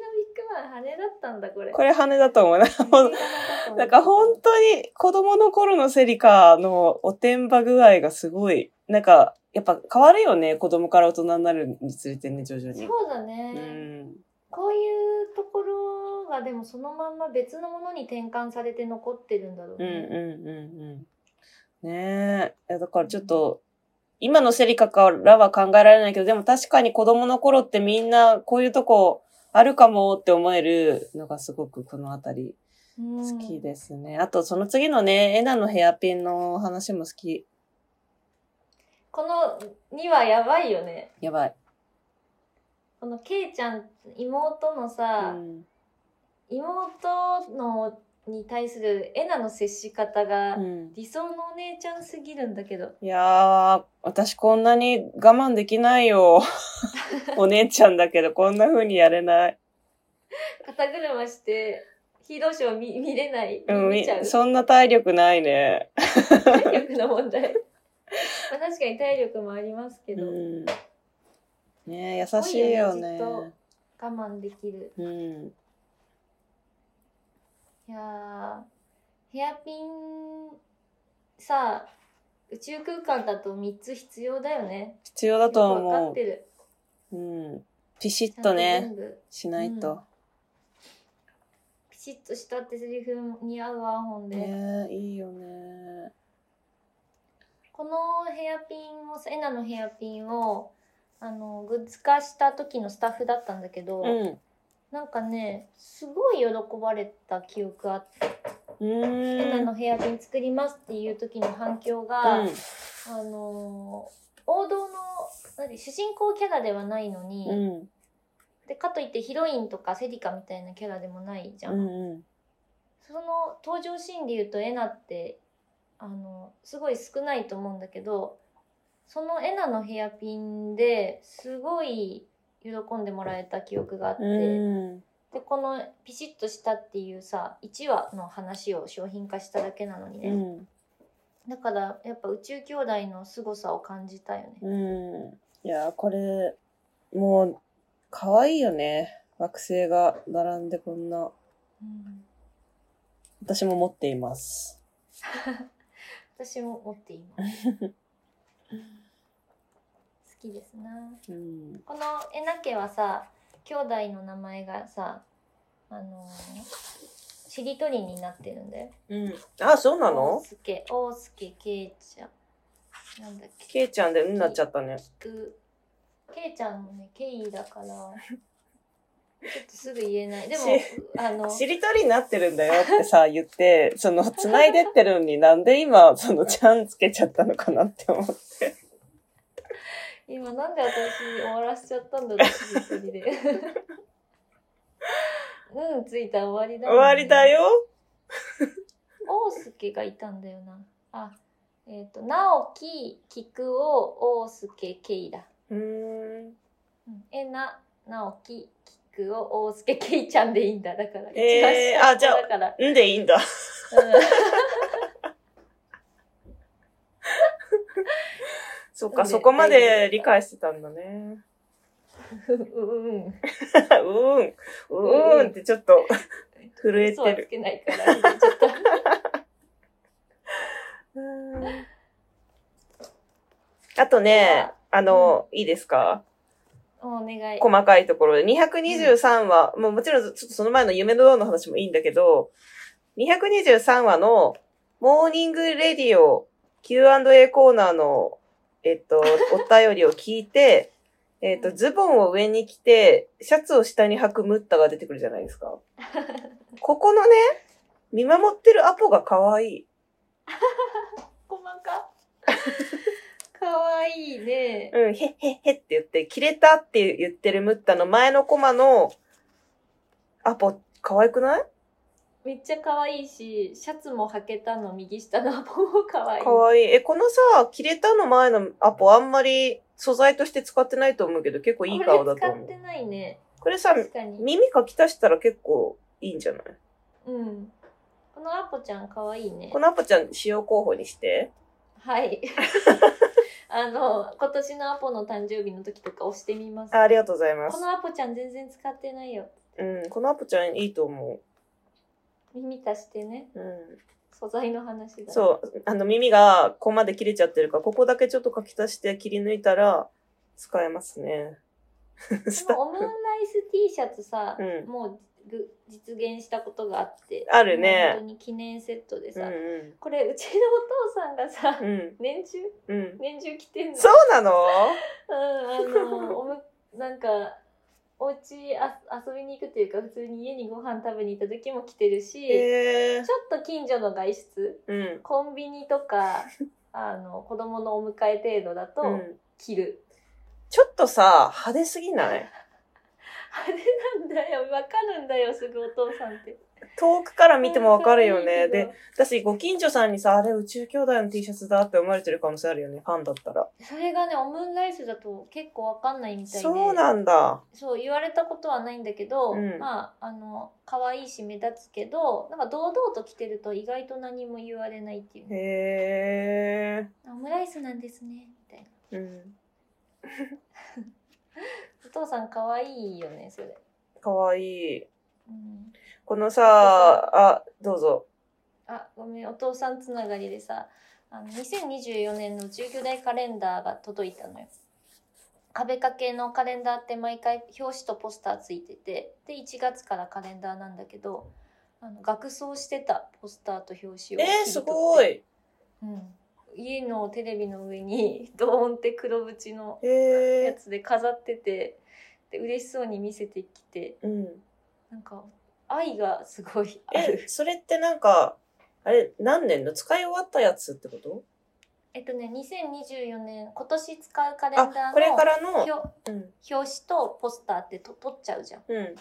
Speaker 1: マン羽だったんだこれ
Speaker 2: これ羽だと思う。なん かも
Speaker 1: 抜
Speaker 2: う
Speaker 1: け殻と思った
Speaker 2: なんか本当に子供の頃のセリカのおてんば具合がすごい、なんかやっぱ変わるよね、子供から大人になるにつれてね、徐々に。
Speaker 1: そうだね、
Speaker 2: うん。
Speaker 1: こういうところがでもそのまんま別のものに転換されて残ってるんだろう
Speaker 2: うんうん
Speaker 1: ね、
Speaker 2: うんうん。ねえ。いやだからちょっと、今のセリカからは考えられないけど、でも確かに子供の頃ってみんなこういうとこあるかもって思えるのがすごくこのあたり
Speaker 1: うん
Speaker 2: 好きですね。あとその次のね、エナのヘアピンの話も好き。
Speaker 1: この2はやばいよね
Speaker 2: やばい。
Speaker 1: このケイちゃん妹の
Speaker 2: う
Speaker 1: さ、
Speaker 2: ん
Speaker 1: 妹のに対するエナの接し方が
Speaker 2: うん
Speaker 1: 理想のお姉ちゃんすぎるんだけど
Speaker 2: いやー、私こんなに我慢できな いよ。お姉ちゃんだけど、こんな風にやれない。
Speaker 1: 肩車してヒーローショー見見れない、
Speaker 2: うん、
Speaker 1: 見
Speaker 2: み
Speaker 1: ちゃう
Speaker 2: そんな体力ないね。
Speaker 1: 体力の問 題まあ確かに体力もありますけ
Speaker 2: う
Speaker 1: ど、
Speaker 2: ん。ねえ優しいよね
Speaker 1: す。ごいよね我慢できる
Speaker 2: うん。
Speaker 1: いやーヘアピンさ宇宙空間だと3つ必要だよね
Speaker 2: 必要だと
Speaker 1: よくわかっ
Speaker 2: 思
Speaker 1: てる
Speaker 2: う。うん。ピシ
Speaker 1: ちゃ
Speaker 2: ッ
Speaker 1: んと
Speaker 2: とね、
Speaker 1: 全部
Speaker 2: しないと。
Speaker 1: シッとしたってセリフ似合うわほんで、
Speaker 2: ねえいいよね。
Speaker 1: このヘアピンをエナのヘアピンをあのグッズ化した時のスタッフだったんだけど、
Speaker 2: うん。
Speaker 1: なんかねすごい喜ばれた記憶あって、
Speaker 2: う
Speaker 1: エナ
Speaker 2: ーん。
Speaker 1: のヘアピン作りますっていう時の反響が、
Speaker 2: う
Speaker 1: あのー王道の何主人公キャラではないのに、
Speaker 2: ん。うん。
Speaker 1: でかといってヒロインとかセリカみたいなキャラでもないじゃん、
Speaker 2: うんうん。
Speaker 1: その登場シーンで言うとエナってあのすごい少ないと思うんだけどそのエナのヘアピンですごい喜んでもらえた記憶があって、
Speaker 2: うん。
Speaker 1: でこのピシッとしたっていうさ1話の話を商品化しただけなのに
Speaker 2: う
Speaker 1: ね、
Speaker 2: ん。
Speaker 1: だからやっぱ宇宙兄弟の凄さを感じたよね、
Speaker 2: うん。いやー、これ、もう、可愛いよね。惑星が並んでこんな。
Speaker 1: うん
Speaker 2: 私も持っています。
Speaker 1: 私も持っています。 好きですな。
Speaker 2: うん。
Speaker 1: このえな家はさ、兄弟の名前がさ、あのー、しりとりになってるんだよ。
Speaker 2: うん。あ、そうな
Speaker 1: 大
Speaker 2: の
Speaker 1: 介、大介、けいちゃん。なんだっけ、
Speaker 2: ケイちゃんで、うんなっちゃったね。
Speaker 1: く。けいちゃんもね、けいだから、ちょっとすぐ言えない。でも
Speaker 2: し、
Speaker 1: あの、
Speaker 2: しりとりになってるんだよってさ、言って、その、繋いでってるのになんで今、その、ちゃんつけちゃったのかなって思って。
Speaker 1: 今なんで私終わらせちゃったんだろう、しりと りで。うん、ついたら終わりだ
Speaker 2: 終
Speaker 1: もんね
Speaker 2: わりだよ。
Speaker 1: 大輔がいたんだよな。あ、えっ、と、直樹、菊を大輔、ケイだ。
Speaker 2: うーん。
Speaker 1: うん、えな、直樹、菊を大輔、ケイちゃんでいいんだ。だから、
Speaker 2: えー
Speaker 1: 一番下
Speaker 2: あじゃあ
Speaker 1: だから。
Speaker 2: んでいいんだ。そっか、そこまで理解してたんだね。
Speaker 1: うん、うん、うん。
Speaker 2: うーん、うーんってちょっと震え
Speaker 1: 嘘は
Speaker 2: て
Speaker 1: つ
Speaker 2: る。
Speaker 1: けないから、入れちゃった。
Speaker 2: あとね、あの、いいですか
Speaker 1: お願い。
Speaker 2: 細かいところで。223話、もうもちろんちょっとその前の夢のようの話もいいんだけど、223話のモーニングレディオ Q&A コーナーの、えっ と、お便りを聞いて、えっと、ズボンを上に着て、シャツを下に履くムッタが出てくるじゃない ですか。ここのね、見守ってるアポが可愛い。
Speaker 1: 細か。 かわいいね。
Speaker 2: うん、へっへっへって言って、切れたって言ってるムッタの前のコマのアポ、可愛くない
Speaker 1: めっちゃかわいいし、シャツも履けたの右下のアポもかわいい。
Speaker 2: かわいい。え、このさ、切れたの前のアポあんまり素材として使ってないと思うけど、結構いい顔だと思
Speaker 1: これ
Speaker 2: う
Speaker 1: 使。ってないね。
Speaker 2: これさ、
Speaker 1: 確かに。
Speaker 2: 耳かき足したら結構いいんじゃない
Speaker 1: うん。このアポちゃんかわいいね
Speaker 2: こ。のアポちゃん使用候補にして。
Speaker 1: はい。 あの、今年のアポの誕生日の時とか押してみます
Speaker 2: あ。ありがとうございま
Speaker 1: こ
Speaker 2: す。
Speaker 1: のアポちゃん全然使ってないよ。
Speaker 2: うん、このアポちゃんいいと思
Speaker 1: 耳足してね。
Speaker 2: う。う
Speaker 1: 素材の話
Speaker 2: ん。
Speaker 1: だ。う。
Speaker 2: そう、あの耳がここまで切れちゃってるから、ここだけちょっと書き足して切り抜いたら使えま すね。ス
Speaker 1: こ
Speaker 2: タ
Speaker 1: のオムライス T シャツさ、
Speaker 2: うん
Speaker 1: もうぐ実現したことがあって。
Speaker 2: ある
Speaker 1: も
Speaker 2: ね
Speaker 1: う本当に記念セットで
Speaker 2: う
Speaker 1: さ。
Speaker 2: んう
Speaker 1: これ、うちのお父さんがさ、
Speaker 2: ん。うん
Speaker 1: 年中
Speaker 2: うん。
Speaker 1: 年中着てんの。
Speaker 2: そうなの
Speaker 1: うん、あの、おむ、なんか、お家あ遊びに行くというか、普通に家にご飯食べに行った時も来てるし、
Speaker 2: えー
Speaker 1: ち。ょっと近所の外出、
Speaker 2: うん。
Speaker 1: コンビニと か、あの、子供のお迎え程度だと
Speaker 2: うん
Speaker 1: 着る。
Speaker 2: ちょっとさ、派手すぎない
Speaker 1: あれなんだよ、わかるんだよ、すぐお父さんって。
Speaker 2: 遠くから見てもわかるよね。
Speaker 1: うん
Speaker 2: で、、私、ご近所さんにさ、あれ宇宙兄弟の T シャツだって思われてる可能性あるよね、ファンだったら。
Speaker 1: それがね、オムライスだと結構わかんないみたいで。
Speaker 2: そうなんだ。
Speaker 1: そう言われたことはないんだけど、
Speaker 2: うん
Speaker 1: まああの可愛いし目立つけどなんか堂々と着てると意外と何も言われないっていうね
Speaker 2: へ
Speaker 1: オムライスなんですねみたいな
Speaker 2: ー。うん。
Speaker 1: お父さん可愛いよねそれ、
Speaker 2: かわいい。
Speaker 1: うん、
Speaker 2: このさ、あ、どうぞ。
Speaker 1: あごめんお父さんつながりでさあの2024年の19代カレンダーが届いたのよ壁掛けのカレンダーって毎回表紙とポスターついててで1月からカレンダーなんだけどあの額装してたポスターと表紙を切り取って。
Speaker 2: えー、すごい。
Speaker 1: うん、家のテレビの上に ドーンって黒縁のや
Speaker 2: え
Speaker 1: つで飾っててで嬉しそうに見せてきて
Speaker 2: ー、うん。
Speaker 1: なんか愛がすごいあ
Speaker 2: え、
Speaker 1: る。
Speaker 2: それってなんか、あれ、何年の使い終わったやつってこと
Speaker 1: えっとね2024年今年使うカレ
Speaker 2: あ
Speaker 1: ンダ、ー
Speaker 2: これ
Speaker 1: の
Speaker 2: からの
Speaker 1: 表、
Speaker 2: うん、
Speaker 1: 表紙とポスターってと取っちゃうじゃん
Speaker 2: う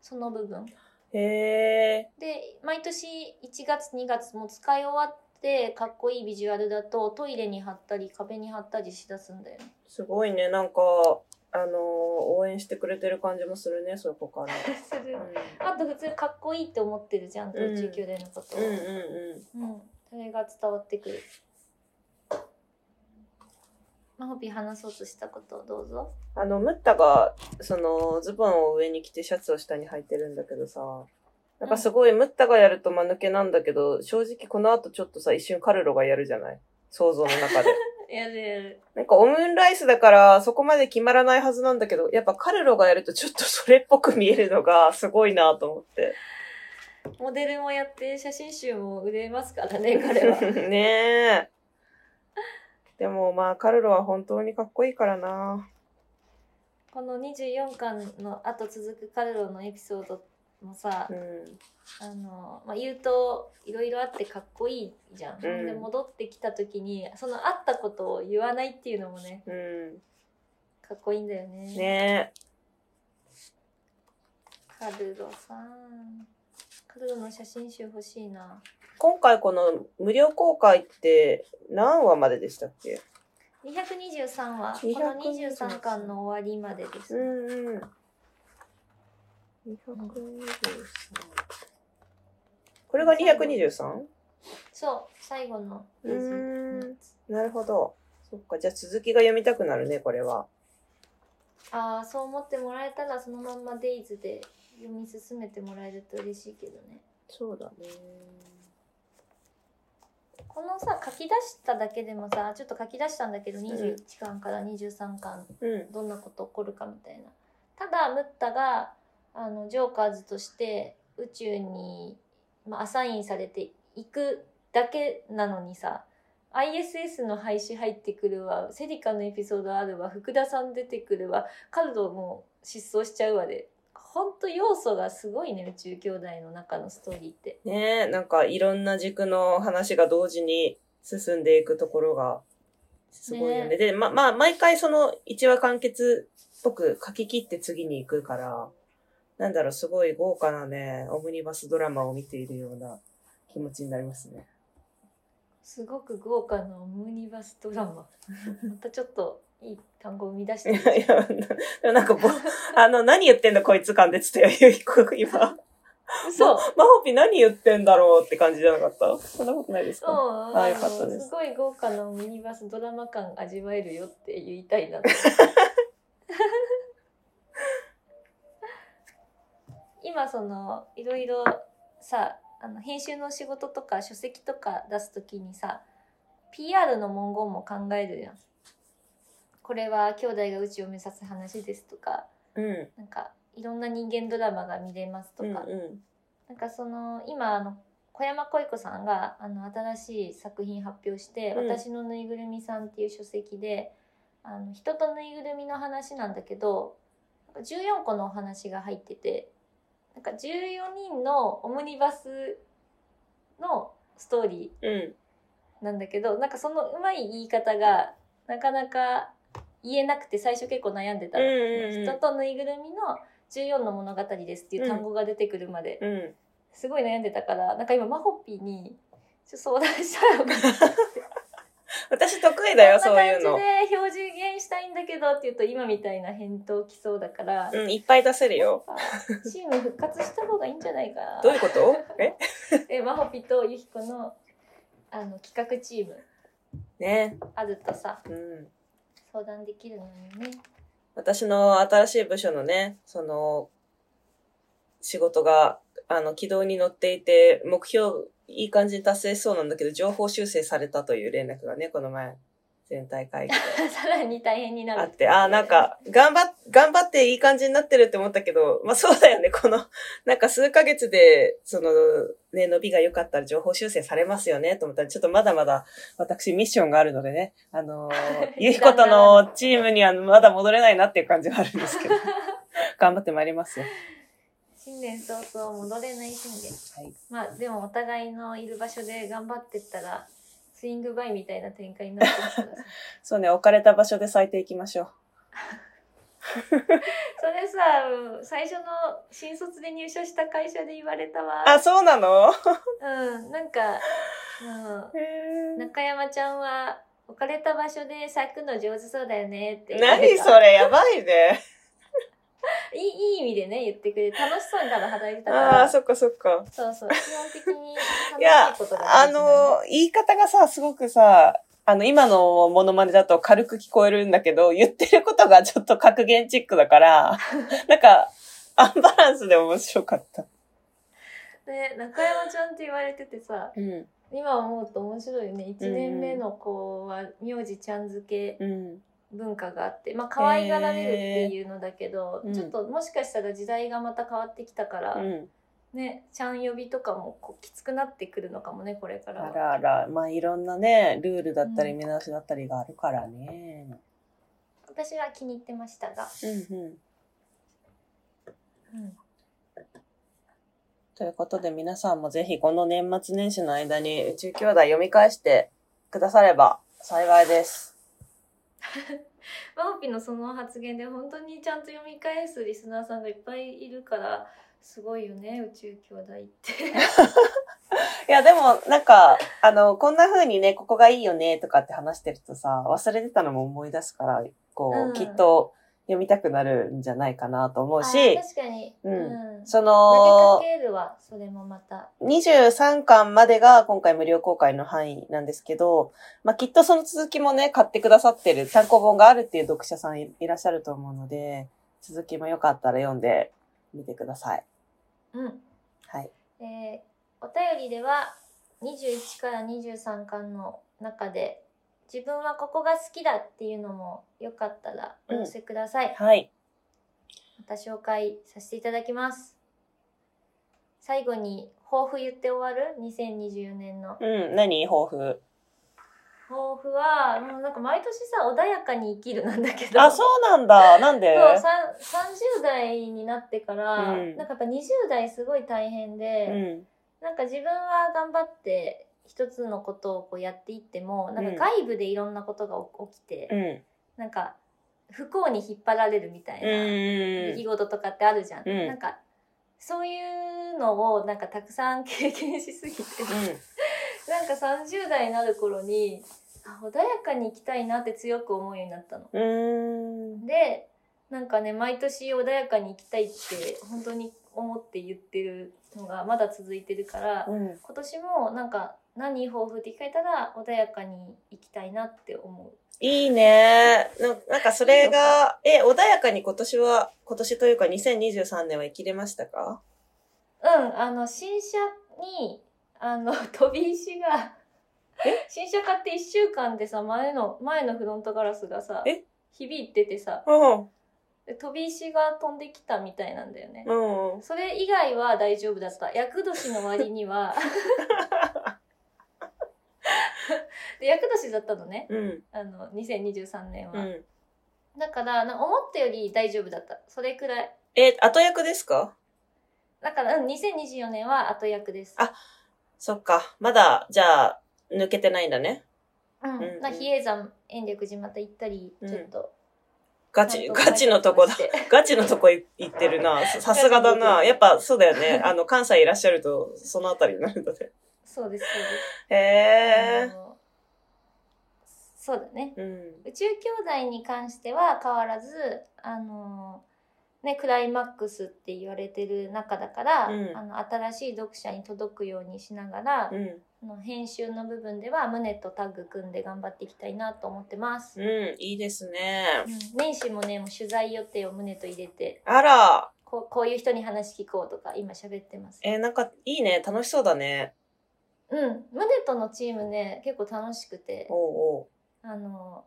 Speaker 1: その部分。
Speaker 2: ん。へえ
Speaker 1: で毎年1月2月も使い終わってかっこいいビジュアルだとトイレに貼ったり壁に貼ったりしだすんだよね。
Speaker 2: ー、すごいね。なんか、あのー応援してくれてる感じもするね、そこから。
Speaker 1: する
Speaker 2: う
Speaker 1: あと普通かっこいいって思ってるじゃん
Speaker 2: うん
Speaker 1: 途中距離のことを、
Speaker 2: ん、うんうんうん。
Speaker 1: うんそれが伝わってくるマホピー話そうとしたことをどうぞ
Speaker 2: あの、ムッタが、その、ズボンを上に着てシャツを下に履いてるんだけどさ、なんかすごいムッタがやると間抜けなんだけど、正直この後ちょっとさ、一瞬カルロがやるじゃない想像の中 で。
Speaker 1: やるやる
Speaker 2: なんかオムライスだからそこまで決まらないはずなんだけど、やっぱカルロがやるとちょっとそれっぽく見えるのがすごいなと思って。
Speaker 1: モデルもやって写真集も売れますからね彼 は
Speaker 2: ねえ。でもまあカルロは本当にかっこいいからな。
Speaker 1: この24巻の後続くカルロのエピソードもさ、
Speaker 2: うん。
Speaker 1: あのまあ、言うといろいろあってかっこいいじゃん、
Speaker 2: うん
Speaker 1: で戻ってきた時にそのあったことを言わないっていうのもね
Speaker 2: う
Speaker 1: かっこいいんだよ
Speaker 2: ん。ね
Speaker 1: カルロさん。カルロの写真集欲しいな。
Speaker 2: え。今回この無料公開って何話まででしたっけ
Speaker 1: 223は、こ
Speaker 2: 223
Speaker 1: の23巻の終わりまでです。
Speaker 2: んうん。223。これが 223?
Speaker 1: そう、最後のペ
Speaker 2: う
Speaker 1: ー
Speaker 2: ー
Speaker 1: ジ
Speaker 2: ん。なるほど。そっか。じゃあ続きが読みたくなるね、これは。
Speaker 1: ああ、そう思ってもらえたら、そのまんまデイズで読み進めてもらえると嬉しいけどね。
Speaker 2: そうだね。
Speaker 1: このさ、書き出しただけでもさ、ちょっと書き出したんだけど、21巻から23巻、
Speaker 2: うん。
Speaker 1: どんなこと起こるかみたいな。ただ、ムッタが、あの、ジョーカーズとして宇宙に、まあ、アサインされていくだけなのにさ、ISS の廃止入ってくるわ、セリカのエピソードあるわ、福田さん出てくるわ、カルドも失踪しちゃうわで、ほんと要素がすごいね、宇宙兄弟の中のストーリーって。
Speaker 2: ねえ、なんかいろんな軸の話が同時に進んでいくところがすごいよね。
Speaker 1: ね
Speaker 2: で、ま、まあ、毎回その1話完結っぽく書き切って次に行くから、なんだろう、すごい豪華なね、オムニバスドラマを見ているような気持ちになりますね。
Speaker 1: すごく豪華なオムニバスドラマ。 またちょっといい単語を生み出 してるじゃん
Speaker 2: いや、なでもなんかぼ、 あの、何言ってんだこいつ感出てたよ、ゆいこ今。
Speaker 1: 嘘
Speaker 2: マホピ何言ってんだろうって感じじゃなかったそんなことないです
Speaker 1: そう
Speaker 2: かあ
Speaker 1: あ
Speaker 2: よかった
Speaker 1: の
Speaker 2: です
Speaker 1: すごい豪華なオムニバスドラマ感味わえるよって言いたいな と今そのいろいろさあの編集の仕事とか書籍とか出す時にさ PR の文言も考えるやん。これは兄弟が宇宙を目指す話ですとか
Speaker 2: うん。
Speaker 1: なんかいろんな人間ドラマが見れますと
Speaker 2: うん
Speaker 1: か、
Speaker 2: う
Speaker 1: なんかその今あの小山恋子さんがあの新しい作品発表して「
Speaker 2: うん
Speaker 1: 私のぬいぐるみさん」っていう書籍であの人とぬいぐるみの話なんだけどなんか14個のお話が入っててなんか14人のオムニバスのストーリ
Speaker 2: ん。うん。
Speaker 1: ーなんだけどなんかそのうまい言い方がなかなか言えなくて最初結構悩んでたの、
Speaker 2: うんうんうん
Speaker 1: 人とぬいぐるみの14の物語ですっていう単語が出てくるまで
Speaker 2: うん。
Speaker 1: すごい悩んでたから、なんか今、マホピーに、ちょっと相談した ら、こ
Speaker 2: 私得意だよ、そ
Speaker 1: ん
Speaker 2: う
Speaker 1: ない感
Speaker 2: う
Speaker 1: じ
Speaker 2: の。
Speaker 1: で標準減したいんだけどって言うと、今みたいな返答来そうだから、
Speaker 2: うん、いっぱい出せるよ。
Speaker 1: チーム復活した方がいいんじゃないか
Speaker 2: どう
Speaker 1: な
Speaker 2: いうことえ。
Speaker 1: で、マホピーとユヒコの、あの、企画チーム、
Speaker 2: ね。
Speaker 1: あるとさ、
Speaker 2: うん。
Speaker 1: 相談できるのにね。
Speaker 2: 私の新しい部署のね、その、仕事が、あの、軌道に乗っていて、目標、いい感じに達成しそうなんだけど、情報修正されたという連絡がね、この前全体会議で
Speaker 1: さらに大変になる
Speaker 2: あって、あーなんか、頑張っ、頑張っていい感じになってるって思ったけど、まあそうだよね、この、なんか数ヶ月で、その、ね、伸びが良かったら情報修正されますよね、と思ったら、ちょっとまだまだ、私ミッションがあるのでね、あのー、 ゆひことのチームにはまだ戻れないなっていう感じはあるんです けど、頑張ってまいりますよ。
Speaker 1: 新年早々戻れない新年
Speaker 2: はい。
Speaker 1: まあでもお互いのいる場所で頑張ってったらスイングバイみたいな展開になってますから
Speaker 2: そうね、置かれた場所で咲いていきましょう。
Speaker 1: それさ最初の新卒で入社した会社で言われたわ
Speaker 2: あ、そうなの
Speaker 1: うんなんか、う
Speaker 2: へ
Speaker 1: ん、
Speaker 2: ー
Speaker 1: 中山ちゃんは置かれた場所で咲くの上手そうだよねって言われ
Speaker 2: 何
Speaker 1: た
Speaker 2: それ、やばいね。
Speaker 1: いいいい意味でね言ってくれて楽しそうに多分働いてたから
Speaker 2: ああー、そっかそっか。
Speaker 1: そうそう基本的に
Speaker 2: いや
Speaker 1: 楽しいことが
Speaker 2: あ
Speaker 1: 大事なんで
Speaker 2: の、言い方がさ、すごくさ、あの、今のモノマネだと軽く聞こえるんだけど、言ってることがちょっと格言チックだ から、なんか、アンバランスで面白かった。
Speaker 1: ね中山ちゃんって言われててさ
Speaker 2: うん。
Speaker 1: 今思うと面白いよね1年目の子は名字ちゃん付け
Speaker 2: うん。
Speaker 1: 文化があってまあ可愛がられるっていうのだけど、
Speaker 2: へーうん
Speaker 1: ちょっともしかしたら時代がまた変わってきたから、
Speaker 2: うん。
Speaker 1: ねちゃん呼びとかもこうきつくなってくるのかもねこれか
Speaker 2: あ
Speaker 1: らは
Speaker 2: らあら、まあ、いろんなね、ルールだったり、
Speaker 1: うん
Speaker 2: 見直しだったりがあるからね。
Speaker 1: 私は気に入ってましたが、
Speaker 2: うんうん。ということで、皆さんもぜひこの年末年始の間に宇宙兄弟読み返してくだされば幸いです。
Speaker 1: マオピのその発言で本当にちゃんと読み返すリスナーさんがいっぱいいるからすごいよね宇宙兄弟って。
Speaker 2: いや、でも、なんか、あの、こんな風にね、ここがいいよね、とかって話してるとさ、忘れてたのも思い出すから、こう、
Speaker 1: うん
Speaker 2: きっと読みたくなるんじゃないかなと思う し
Speaker 1: あ、確かに、
Speaker 2: うん
Speaker 1: ん
Speaker 2: そ
Speaker 1: 投
Speaker 2: の、
Speaker 1: げかけるはそれもまた。
Speaker 2: 23巻までが今回無料公開の範囲なんですけど、まあ、きっとその続きもね、買ってくださってる、単行本があるっていう読者さんいいらっしゃると思うので、続きもよかったら読んでみてください。
Speaker 1: うん。
Speaker 2: はい。
Speaker 1: えーお便りでは21から23巻の中で自分はここが好きだっていうのもよかったらお寄せください。
Speaker 2: はい。
Speaker 1: また紹介させていただきます。最後に抱負言って終わる ?2024 年の。
Speaker 2: うん、何抱負。
Speaker 1: 抱負は、もうなんか毎年さ、穏やかに生きるなんだけど。
Speaker 2: あ、そうなんだ。なんで
Speaker 1: そうさん30代になってから、
Speaker 2: うん
Speaker 1: なんかやっぱ20代すごい大変で、
Speaker 2: うん。
Speaker 1: なんか自分は頑張って一つのことをこうやっていってもなん
Speaker 2: うん
Speaker 1: か外部でいろんなことがお起きて、
Speaker 2: うん。
Speaker 1: なんか不幸に引っ張られるみたいな出来
Speaker 2: う
Speaker 1: 事とかってあるじゃん。
Speaker 2: うん
Speaker 1: なんかそういうのをなんかたくさん経験しすぎて、なんか30代になる頃にあ穏やかに生きたいなって強く思うようになったの。
Speaker 2: ん。うん。
Speaker 1: でなんかね毎年穏やかに生きたいって本当に思って言ってるのがまだ続いてるから、
Speaker 2: うん。
Speaker 1: 今年もなんか何抱負って聞かれたら穏やかに生きたいなって思
Speaker 2: いいね。ななんかそれが、え、穏やかに今年は、今年というか2023年は生きれましたか
Speaker 1: ううんあの新車にあの 飛び石が新車買って1週間でさ前の前のフロントガラスがさ
Speaker 2: え
Speaker 1: 響いててさ
Speaker 2: うん。
Speaker 1: で飛び石が飛んできたみたいなんだよね、
Speaker 2: うん。
Speaker 1: それ以外は大丈夫だった厄年の割に はで厄年だったのね
Speaker 2: うん。
Speaker 1: あの2023年
Speaker 2: う
Speaker 1: は、
Speaker 2: ん。
Speaker 1: だからな思ったより大丈夫だったそれくらい
Speaker 2: え、後役ですか
Speaker 1: だから、うん、2024年は後役です。
Speaker 2: あそっか。まだ、じゃあ、抜けてないんだね。
Speaker 1: うん。
Speaker 2: うん
Speaker 1: な比叡山、延暦寺また行ったり、
Speaker 2: うん
Speaker 1: ちょっと。
Speaker 2: ガチ、
Speaker 1: ちゃん
Speaker 2: ガチのとこだ
Speaker 1: 帰。ってきまして
Speaker 2: ガチのとこい行ってるな。ささすがだな。やっぱそうだよね。あの、関西いらっしゃると、そのあたりになるんだね。
Speaker 1: そうです、そうです。
Speaker 2: へ
Speaker 1: あ
Speaker 2: え。
Speaker 1: のそうだね。
Speaker 2: うん。
Speaker 1: 宇宙兄弟に関しては変わらず、あのね、クライマックスって言われてる中だから、
Speaker 2: うん
Speaker 1: あの新しい読者に届くようにしながら、
Speaker 2: うん。
Speaker 1: あの編集の部分では胸とタッグ組んで頑張っていきたいなと思ってます、
Speaker 2: うん。いいですね
Speaker 1: う。ん年始もねもう取材予定を胸と入れて
Speaker 2: あら。
Speaker 1: こうこういう人に話聞こうとか今喋ってます。
Speaker 2: えーなんかいいね。楽しそうだね。
Speaker 1: うん、ムネとのチームね結構楽しくて
Speaker 2: おうおう。
Speaker 1: あの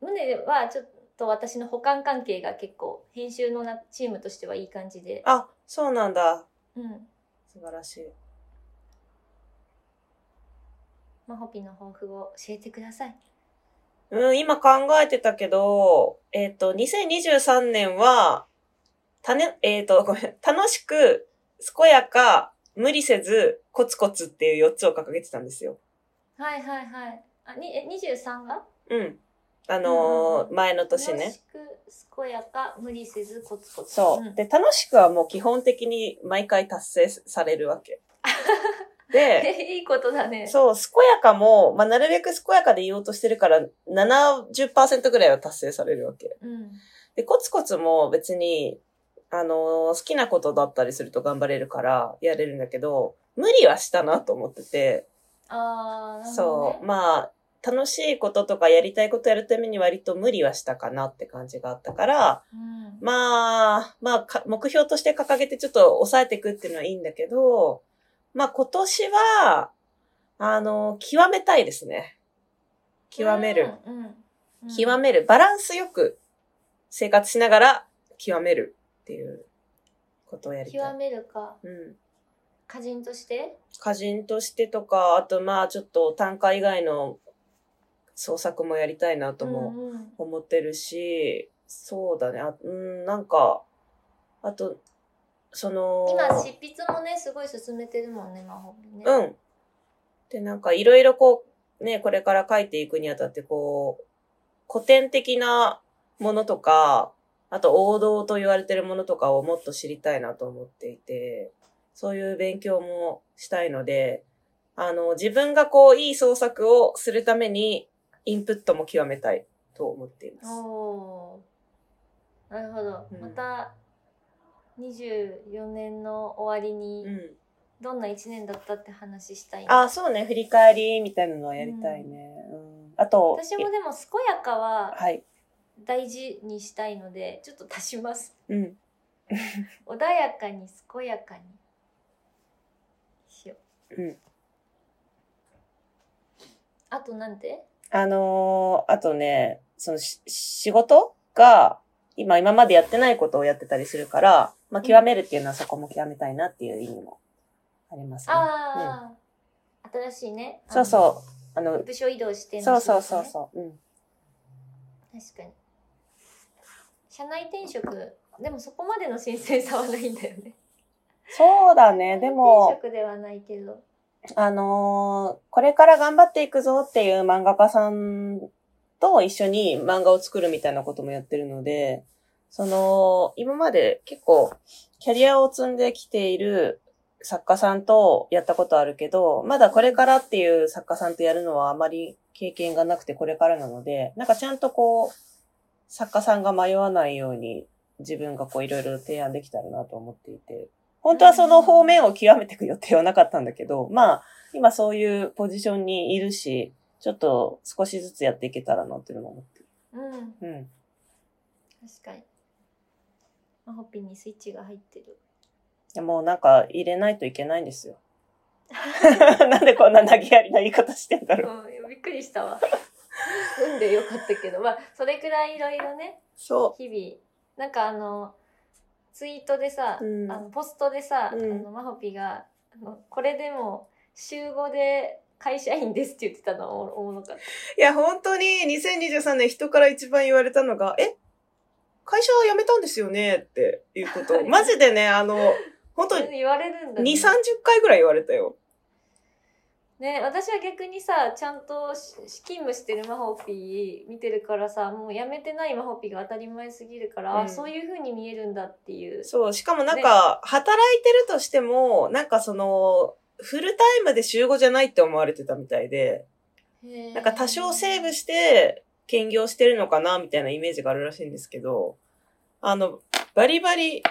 Speaker 1: 宗はちょっと私の補完関係が結構編集のなチームとしてはいい感じで、
Speaker 2: あ、そうなんだ。
Speaker 1: うん
Speaker 2: 素晴らしい。
Speaker 1: まほぴの抱負を教えてください。
Speaker 2: うん、今考えてたけど、えっ、と、2023年は、たね、えっ、と、ごめん、楽しく、健やか、無理せず、コツコツっていう4つを掲げてたんですよ。
Speaker 1: はいはいはい。あにえ23が
Speaker 2: うん。あのー前の年
Speaker 1: 楽
Speaker 2: ね。
Speaker 1: しく健やか無理せずコツコツ。
Speaker 2: そう。
Speaker 1: ん
Speaker 2: で、楽しくはもう基本的に毎回達成されるわけ。 で、
Speaker 1: えいいことだね。
Speaker 2: そう、健やかも、まあ、なるべく健やかで言おうとしてるから、70%ぐらいは達成されるわけ。
Speaker 1: うん
Speaker 2: で、コツコツも別に、あのー好きなことだったりすると頑張れるからやれるんだけど、無理はしたなと思ってて、
Speaker 1: ああ、なるほ
Speaker 2: そ
Speaker 1: どね。
Speaker 2: う、まあ、楽しいこととかやりたいことやるために割と無理はしたかなって感じがあったから、
Speaker 1: うん
Speaker 2: まあ、まあか、目標として掲げてちょっと抑えていくっていうのはいいんだけど、まあ今年は、あのー極めたいですね。極める。。
Speaker 1: うんうんうん
Speaker 2: 極める。バランスよく生活しながら極めるっていうことをやりた
Speaker 1: 極
Speaker 2: い。
Speaker 1: めるか。
Speaker 2: うん。
Speaker 1: 歌人として
Speaker 2: 歌人としてとか、あとまあちょっと短歌以外の創作もやりたいなとも
Speaker 1: うんうん
Speaker 2: 思ってるし、そうだね。あうん、なんか、あと、その、
Speaker 1: 今、執筆もね、すごい進めてるもんね、魔法ね。。
Speaker 2: うんん。で、なんかいろいろこう、ね、これから書いていくにあたって、こう、古典的なものとか、あと王道と言われてるものとかをもっと知りたいなと思っていて、そういう勉強もしたいので、あの、自分がこう、いい創作をするために、インプットも極めたいと思っています。
Speaker 1: おーなるほど。
Speaker 2: うん
Speaker 1: また、24年の終わり
Speaker 2: う
Speaker 1: に、
Speaker 2: ん。
Speaker 1: どんな1年だったって話したいな、
Speaker 2: あ、そうね、振り返りみたいなのはやりたいね。うん。あと、
Speaker 1: 私もでも、健やかは
Speaker 2: はい。
Speaker 1: 大事にしたいので、ちょっと足します。
Speaker 2: うん。
Speaker 1: 穏やかに、健やかに。しよう。
Speaker 2: うん。
Speaker 1: あと、なんて
Speaker 2: あのーあとね、そのし仕事が、今、今までやってないことをやってたりするから、まあ、極めるっていうのはそこも極めたいなっていう意味もありますね。
Speaker 1: ああ、新しいね。
Speaker 2: そう
Speaker 1: う。
Speaker 2: そう。あの、
Speaker 1: 部署移動して
Speaker 2: そうそうそうそう。うん。
Speaker 1: う。確かに。社内転職、でもそこまでの神聖さはないんだよね。
Speaker 2: そうだね。でも、
Speaker 1: 転職ではないけど。
Speaker 2: あのーこれから頑張っていくぞっていう漫画家さんと一緒に漫画を作るみたいなこともやってるので、その、今まで結構キャリアを積んできている作家さんとやったことあるけど、まだこれからっていう作家さんとやるのはあまり経験がなくてこれからなので、なんかちゃんとこう、作家さんが迷わないように自分がこういろいろ提案できたらなと思っていて、本当はその方面を極めていく予定はなかったんだけど、まあ、今そういうポジションにいるし、ちょっと少しずつやっていけたらなっていうのも思ってる。
Speaker 1: うん、
Speaker 2: うん。
Speaker 1: 確かに。まほぴにスイッチが入ってる。
Speaker 2: いやもうなんか入れないといけないんですよ。 なんでこんな投げやりな言い方してんだろう。
Speaker 1: うん、びっくりしたわ。 なんでよかったけど、まあ、それくらいいろいろね、
Speaker 2: そ
Speaker 1: 日々なんかあのツイートでさ、
Speaker 2: うん
Speaker 1: あのポストでさ、
Speaker 2: うん
Speaker 1: あのマホピがあの「これでも週5で会社員です」って言ってたのおおもろかっ
Speaker 2: う。いや、本当に2023年人から一番言われたのが、え会社辞めたんですよねっていうこと
Speaker 1: マジ
Speaker 2: でね、あの、本
Speaker 1: た言われるんだね
Speaker 2: 回ぐらい言われたよ。
Speaker 1: ね私は逆にさちゃんとし勤務してるマホピ見てるからさもう辞めてないマホピが当たり前すぎるから、
Speaker 2: うん
Speaker 1: あそういう風に見えるんだっていう
Speaker 2: そう、しかもなんか、働いてるとしても、なんかその、フルタイムで週5じゃないって思われてたみたいで、
Speaker 1: へー
Speaker 2: なんか多少セーブして、兼業してるのかな、みたいなイメージがあるらしいんですけど、あの、バリバリ、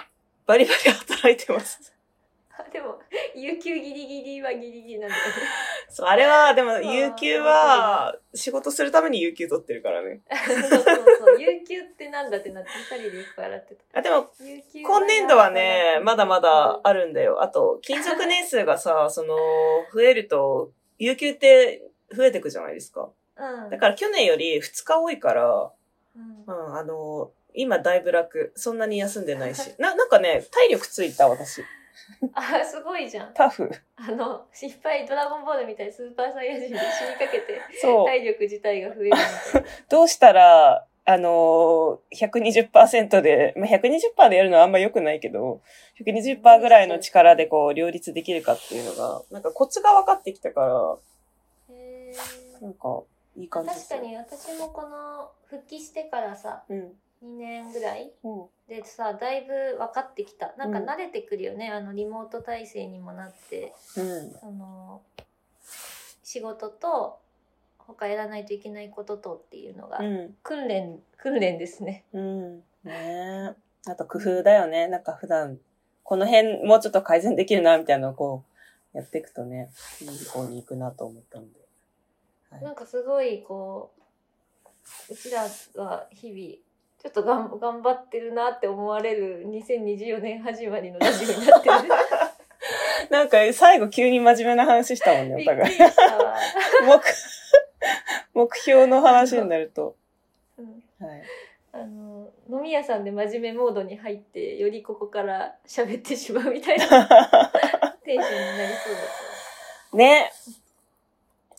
Speaker 2: バリバリ働いてます。
Speaker 1: あ でも有給ギリギリはギリギリなんだよね
Speaker 2: そう、あれは、でも、
Speaker 1: ー
Speaker 2: 有給は、仕事するために有給取ってるからね。
Speaker 1: そうそうそう有給ってなんだってなって二人でいっぱい笑ってた
Speaker 2: あ、でも、
Speaker 1: 有給
Speaker 2: 今年度はね、まだまだあるんだよ。あと、勤続 年数がさ、その、増えると、有給って増えてくじゃないですか。
Speaker 1: うん
Speaker 2: だから去年より2日多いから、
Speaker 1: うん
Speaker 2: うん、あの、今だいぶ楽。そんなに休んでないし。な、なんかね、体力ついた私。
Speaker 1: あすごいじゃん
Speaker 2: タフ。
Speaker 1: あのいっぱいドラゴンボールみたいにスーパーサイヤ人で死にかけて
Speaker 2: そう。
Speaker 1: 体力自体が増えるみたいな
Speaker 2: どうしたら、あのー、120%で、まあ、120%でやるのはあんま良くないけど、120%ぐらいの力でこう、両立できるかっていうのが、なんかコツが分かってきたから、
Speaker 1: へー
Speaker 2: なんか、いい感じ
Speaker 1: 確か。に私もこの復帰してからさ
Speaker 2: うん。
Speaker 1: 2年ぐらい
Speaker 2: うん。
Speaker 1: でさだいぶ分かってきたなんか
Speaker 2: うん
Speaker 1: 慣れてくるよね、あのリモート体制にもなって
Speaker 2: うん。
Speaker 1: その仕事と他やらないといけないこととっていうのが、
Speaker 2: うん。
Speaker 1: 訓練訓練ですね
Speaker 2: うん。ねえ。あと工夫だよね。なんか普段、この辺もうちょっと改善できるな、みたいなのをこう、やっていくとね、いい方に行くなと思ったんで。はい
Speaker 1: なんかすごいこううちらは日々ちょっとがん頑張ってるなって思われる2024年始まりのラジオに なってる
Speaker 2: なんか最後急に真面目な話したもんね、お
Speaker 1: びっ
Speaker 2: 互い
Speaker 1: く。りしたわ、
Speaker 2: 目、目 標の話になると。
Speaker 1: うん
Speaker 2: はい。
Speaker 1: あの飲み屋さんで真面目モードに入ってよりここから喋ってしまうみたい なテンションになりそうだ
Speaker 2: ね。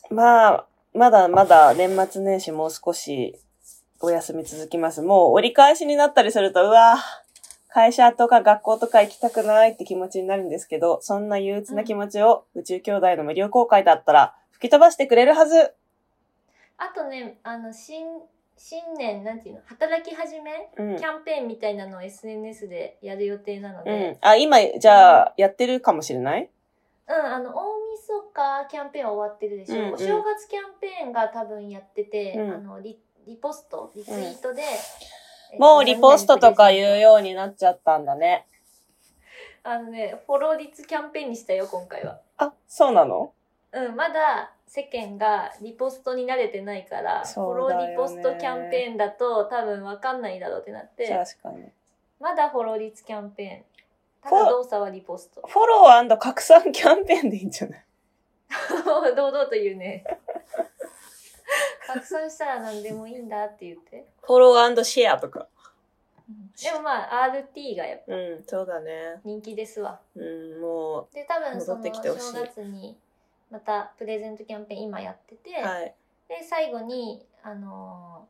Speaker 2: まあ、まだまだ年末年始もう少しお休み続きます。もう折り返しになったりすると、うわ会社とか学校とか行きたくないって気持ちになるんですけど、そんな憂鬱な気持ちを宇宙兄弟の無料公開だったら吹き飛ばしてくれるはず。
Speaker 1: あとねあの新新年なんていうの働き始め
Speaker 2: うん
Speaker 1: キ。ャンペーンみたいなのを SNS でやる予定なの
Speaker 2: う
Speaker 1: で
Speaker 2: ん。あ、今、じゃあ、やってるかもしれない
Speaker 1: うん、あの大晦日キャンペーンは終わってるでしょ、
Speaker 2: うんうん
Speaker 1: お正月キャンペーンが多分やってて、
Speaker 2: うん
Speaker 1: あのリリポストリツイートで、えっと
Speaker 2: もうリポストとか言
Speaker 1: 何々プレゼ
Speaker 2: う
Speaker 1: ン
Speaker 2: ようになっちゃったんだね。
Speaker 1: トあのねフォロー率キャンペーンにしたよ今回は
Speaker 2: あ、そうなの
Speaker 1: うん、まだ世間がリポストに慣れてないから、フ
Speaker 2: そ
Speaker 1: ォ
Speaker 2: う
Speaker 1: ロ
Speaker 2: だよ
Speaker 1: ー
Speaker 2: ね
Speaker 1: リポストキャンペーンだと多分わかんないだろうってなって、
Speaker 2: 確かに。
Speaker 1: まだフォロー率キャンペーン。
Speaker 2: フォ
Speaker 1: ただ動作はリポスト。
Speaker 2: フォロー拡散キャンペーンでいいんじゃない
Speaker 1: 堂々と言うね。 拡散したら何でもいいんだって言って。
Speaker 2: フォローシェアとか。
Speaker 1: でもまあ RT がやっぱ
Speaker 2: うん、そうだね。
Speaker 1: 人気ですわ。
Speaker 2: うん、も
Speaker 1: で、多分そ
Speaker 2: 戻っ
Speaker 1: の
Speaker 2: てきてほしい
Speaker 1: 正月にまたプレゼントキャンペーン今やってて、
Speaker 2: う、はい。
Speaker 1: で最後にあの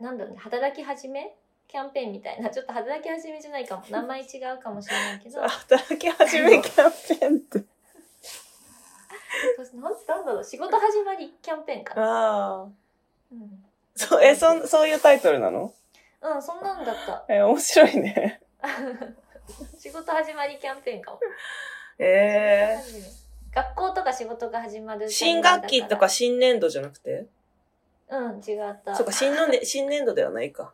Speaker 1: ーなんだろうね働き始めキャンペーンみたいなちょ っと働き始めじゃないかも名前違うかもしれない けど
Speaker 2: さあ働き始めキャンペーンって。
Speaker 1: そうなんなんだろう仕事始まりキャンペーンかな、
Speaker 2: ああ。
Speaker 1: うん、
Speaker 2: そう、え、そん、そういうタイトルなの
Speaker 1: うん、そんなんだった
Speaker 2: え、面白いね。
Speaker 1: 仕事始まりキャンペーンかも、
Speaker 2: ええ
Speaker 1: 学校とか仕事が始まる
Speaker 2: 新学期とか新年度じゃなくて
Speaker 1: うん違った
Speaker 2: そうか、新のね、新年度ではないか。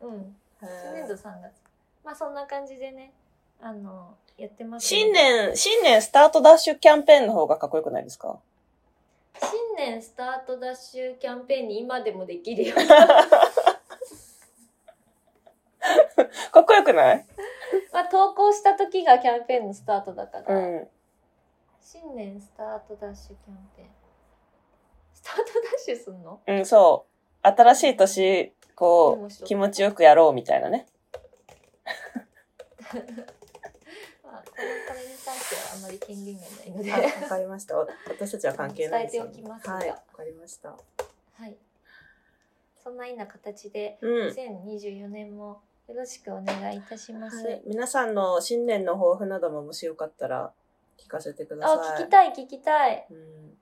Speaker 1: うん、
Speaker 2: へー
Speaker 1: 新年度3月まあそんな感じでねあのやってますので
Speaker 2: 新年、新年スタートダッシュキャンペーンの方がかっこよくないですか
Speaker 1: 新年スタートダッシュキャンペーンに今でもできる よ
Speaker 2: かっこよくない
Speaker 1: まあ、投稿した時がキャンペーンのスタートだから、
Speaker 2: うん。
Speaker 1: 新年スタートダッシュキャンペーンスタートダッシュすんの
Speaker 2: うん、そう。新しい年、こ
Speaker 1: 面
Speaker 2: う、
Speaker 1: 白い
Speaker 2: 気持ちよくやろうみたいなね。
Speaker 1: まあ、これこれに関してはあまり権限がないので
Speaker 2: あわかりま した。お私たちは関係ない
Speaker 1: 伝えておきますが
Speaker 2: はい、わかりました。
Speaker 1: はいそんなような形で
Speaker 2: うん。は
Speaker 1: 2024年もよろしくお願いいたします、
Speaker 2: い、皆さんの新年の抱負などももしよかったら聞かせてください。
Speaker 1: あ聞きたい聞きたい
Speaker 2: うん、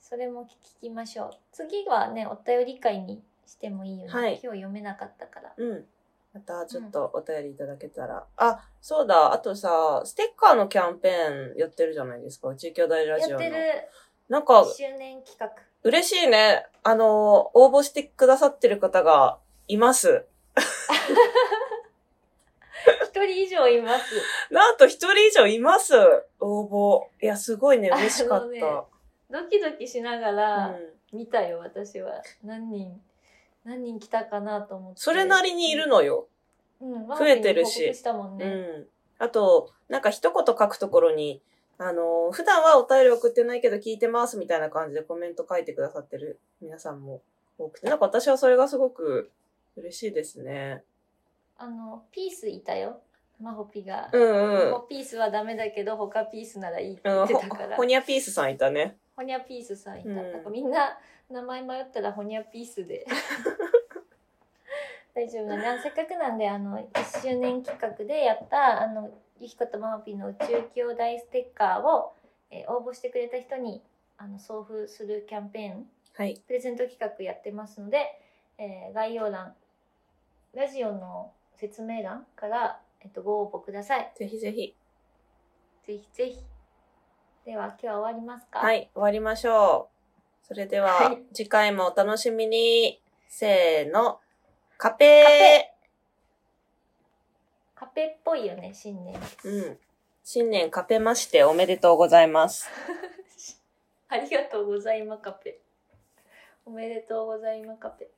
Speaker 1: それも聞きましょう次はねお便り会にしてもいいよね、
Speaker 2: はい
Speaker 1: 今日読めなかったから
Speaker 2: うん。またちょっとお便りいただけたら。あ、そうだ。あとさ、ステッカーのキャンペーンやってるじゃないですか。宇宙兄弟ラジ
Speaker 1: や
Speaker 2: オ
Speaker 1: って
Speaker 2: の
Speaker 1: る。
Speaker 2: なん
Speaker 1: 1
Speaker 2: か、
Speaker 1: 周年企画
Speaker 2: 嬉しいね。あの、応募してくださってる方がいます。
Speaker 1: 一人以上います
Speaker 2: なんと一人以上います。応募。いや、すごいね。嬉しか
Speaker 1: あ
Speaker 2: っ
Speaker 1: のね
Speaker 2: た。
Speaker 1: ドキドキしなが
Speaker 2: う
Speaker 1: ら
Speaker 2: ん
Speaker 1: 見たよ、私は何人何人来たかなと思って
Speaker 2: それなりにいる、のよ。
Speaker 1: うん、
Speaker 2: 増えてるし
Speaker 1: ママに報告したもん
Speaker 2: う
Speaker 1: ね、
Speaker 2: ん。あと、なんか一言書くところに、あの、普段はお便り送ってないけど聞いてますみたいな感じでコメント書いてくださってる皆さんも多くて、なんか私はそれがすごく嬉しいですね。
Speaker 1: あの、ピースいたよ。マホピが。
Speaker 2: うんうん
Speaker 1: ここ。ピースはダメだけど、他ピースならいいって
Speaker 2: う
Speaker 1: 言
Speaker 2: ん、
Speaker 1: って
Speaker 2: ほ
Speaker 1: たから。
Speaker 2: ほにゃピースさんいたね。
Speaker 1: ほにゃピースさんいた。
Speaker 2: うん
Speaker 1: なんかみんな名前迷ったらほにゃピースで。 大丈夫なんであの、せっかくなんで、あの、1周年企画でやった、あの、ゆきことまほぴの宇宙兄弟ステッカーを、えー応募してくれた人に、あの、送付するキャンペーン、
Speaker 2: はい。
Speaker 1: プレゼント企画やってますので、えー概要欄、ラジオの説明欄から、えっと、ご応募ください。
Speaker 2: ぜひぜひ。
Speaker 1: ぜひぜひ。では、今日は終わりますか
Speaker 2: はい、終わりましょう。それでは、
Speaker 1: はい
Speaker 2: 次回もお楽しみに。せーの、カペ
Speaker 1: カペっぽいよね、新年。
Speaker 2: ーうん。新年カペましておめでとうございます。
Speaker 1: ありがとうございまカペ。おめでとうございまカペ。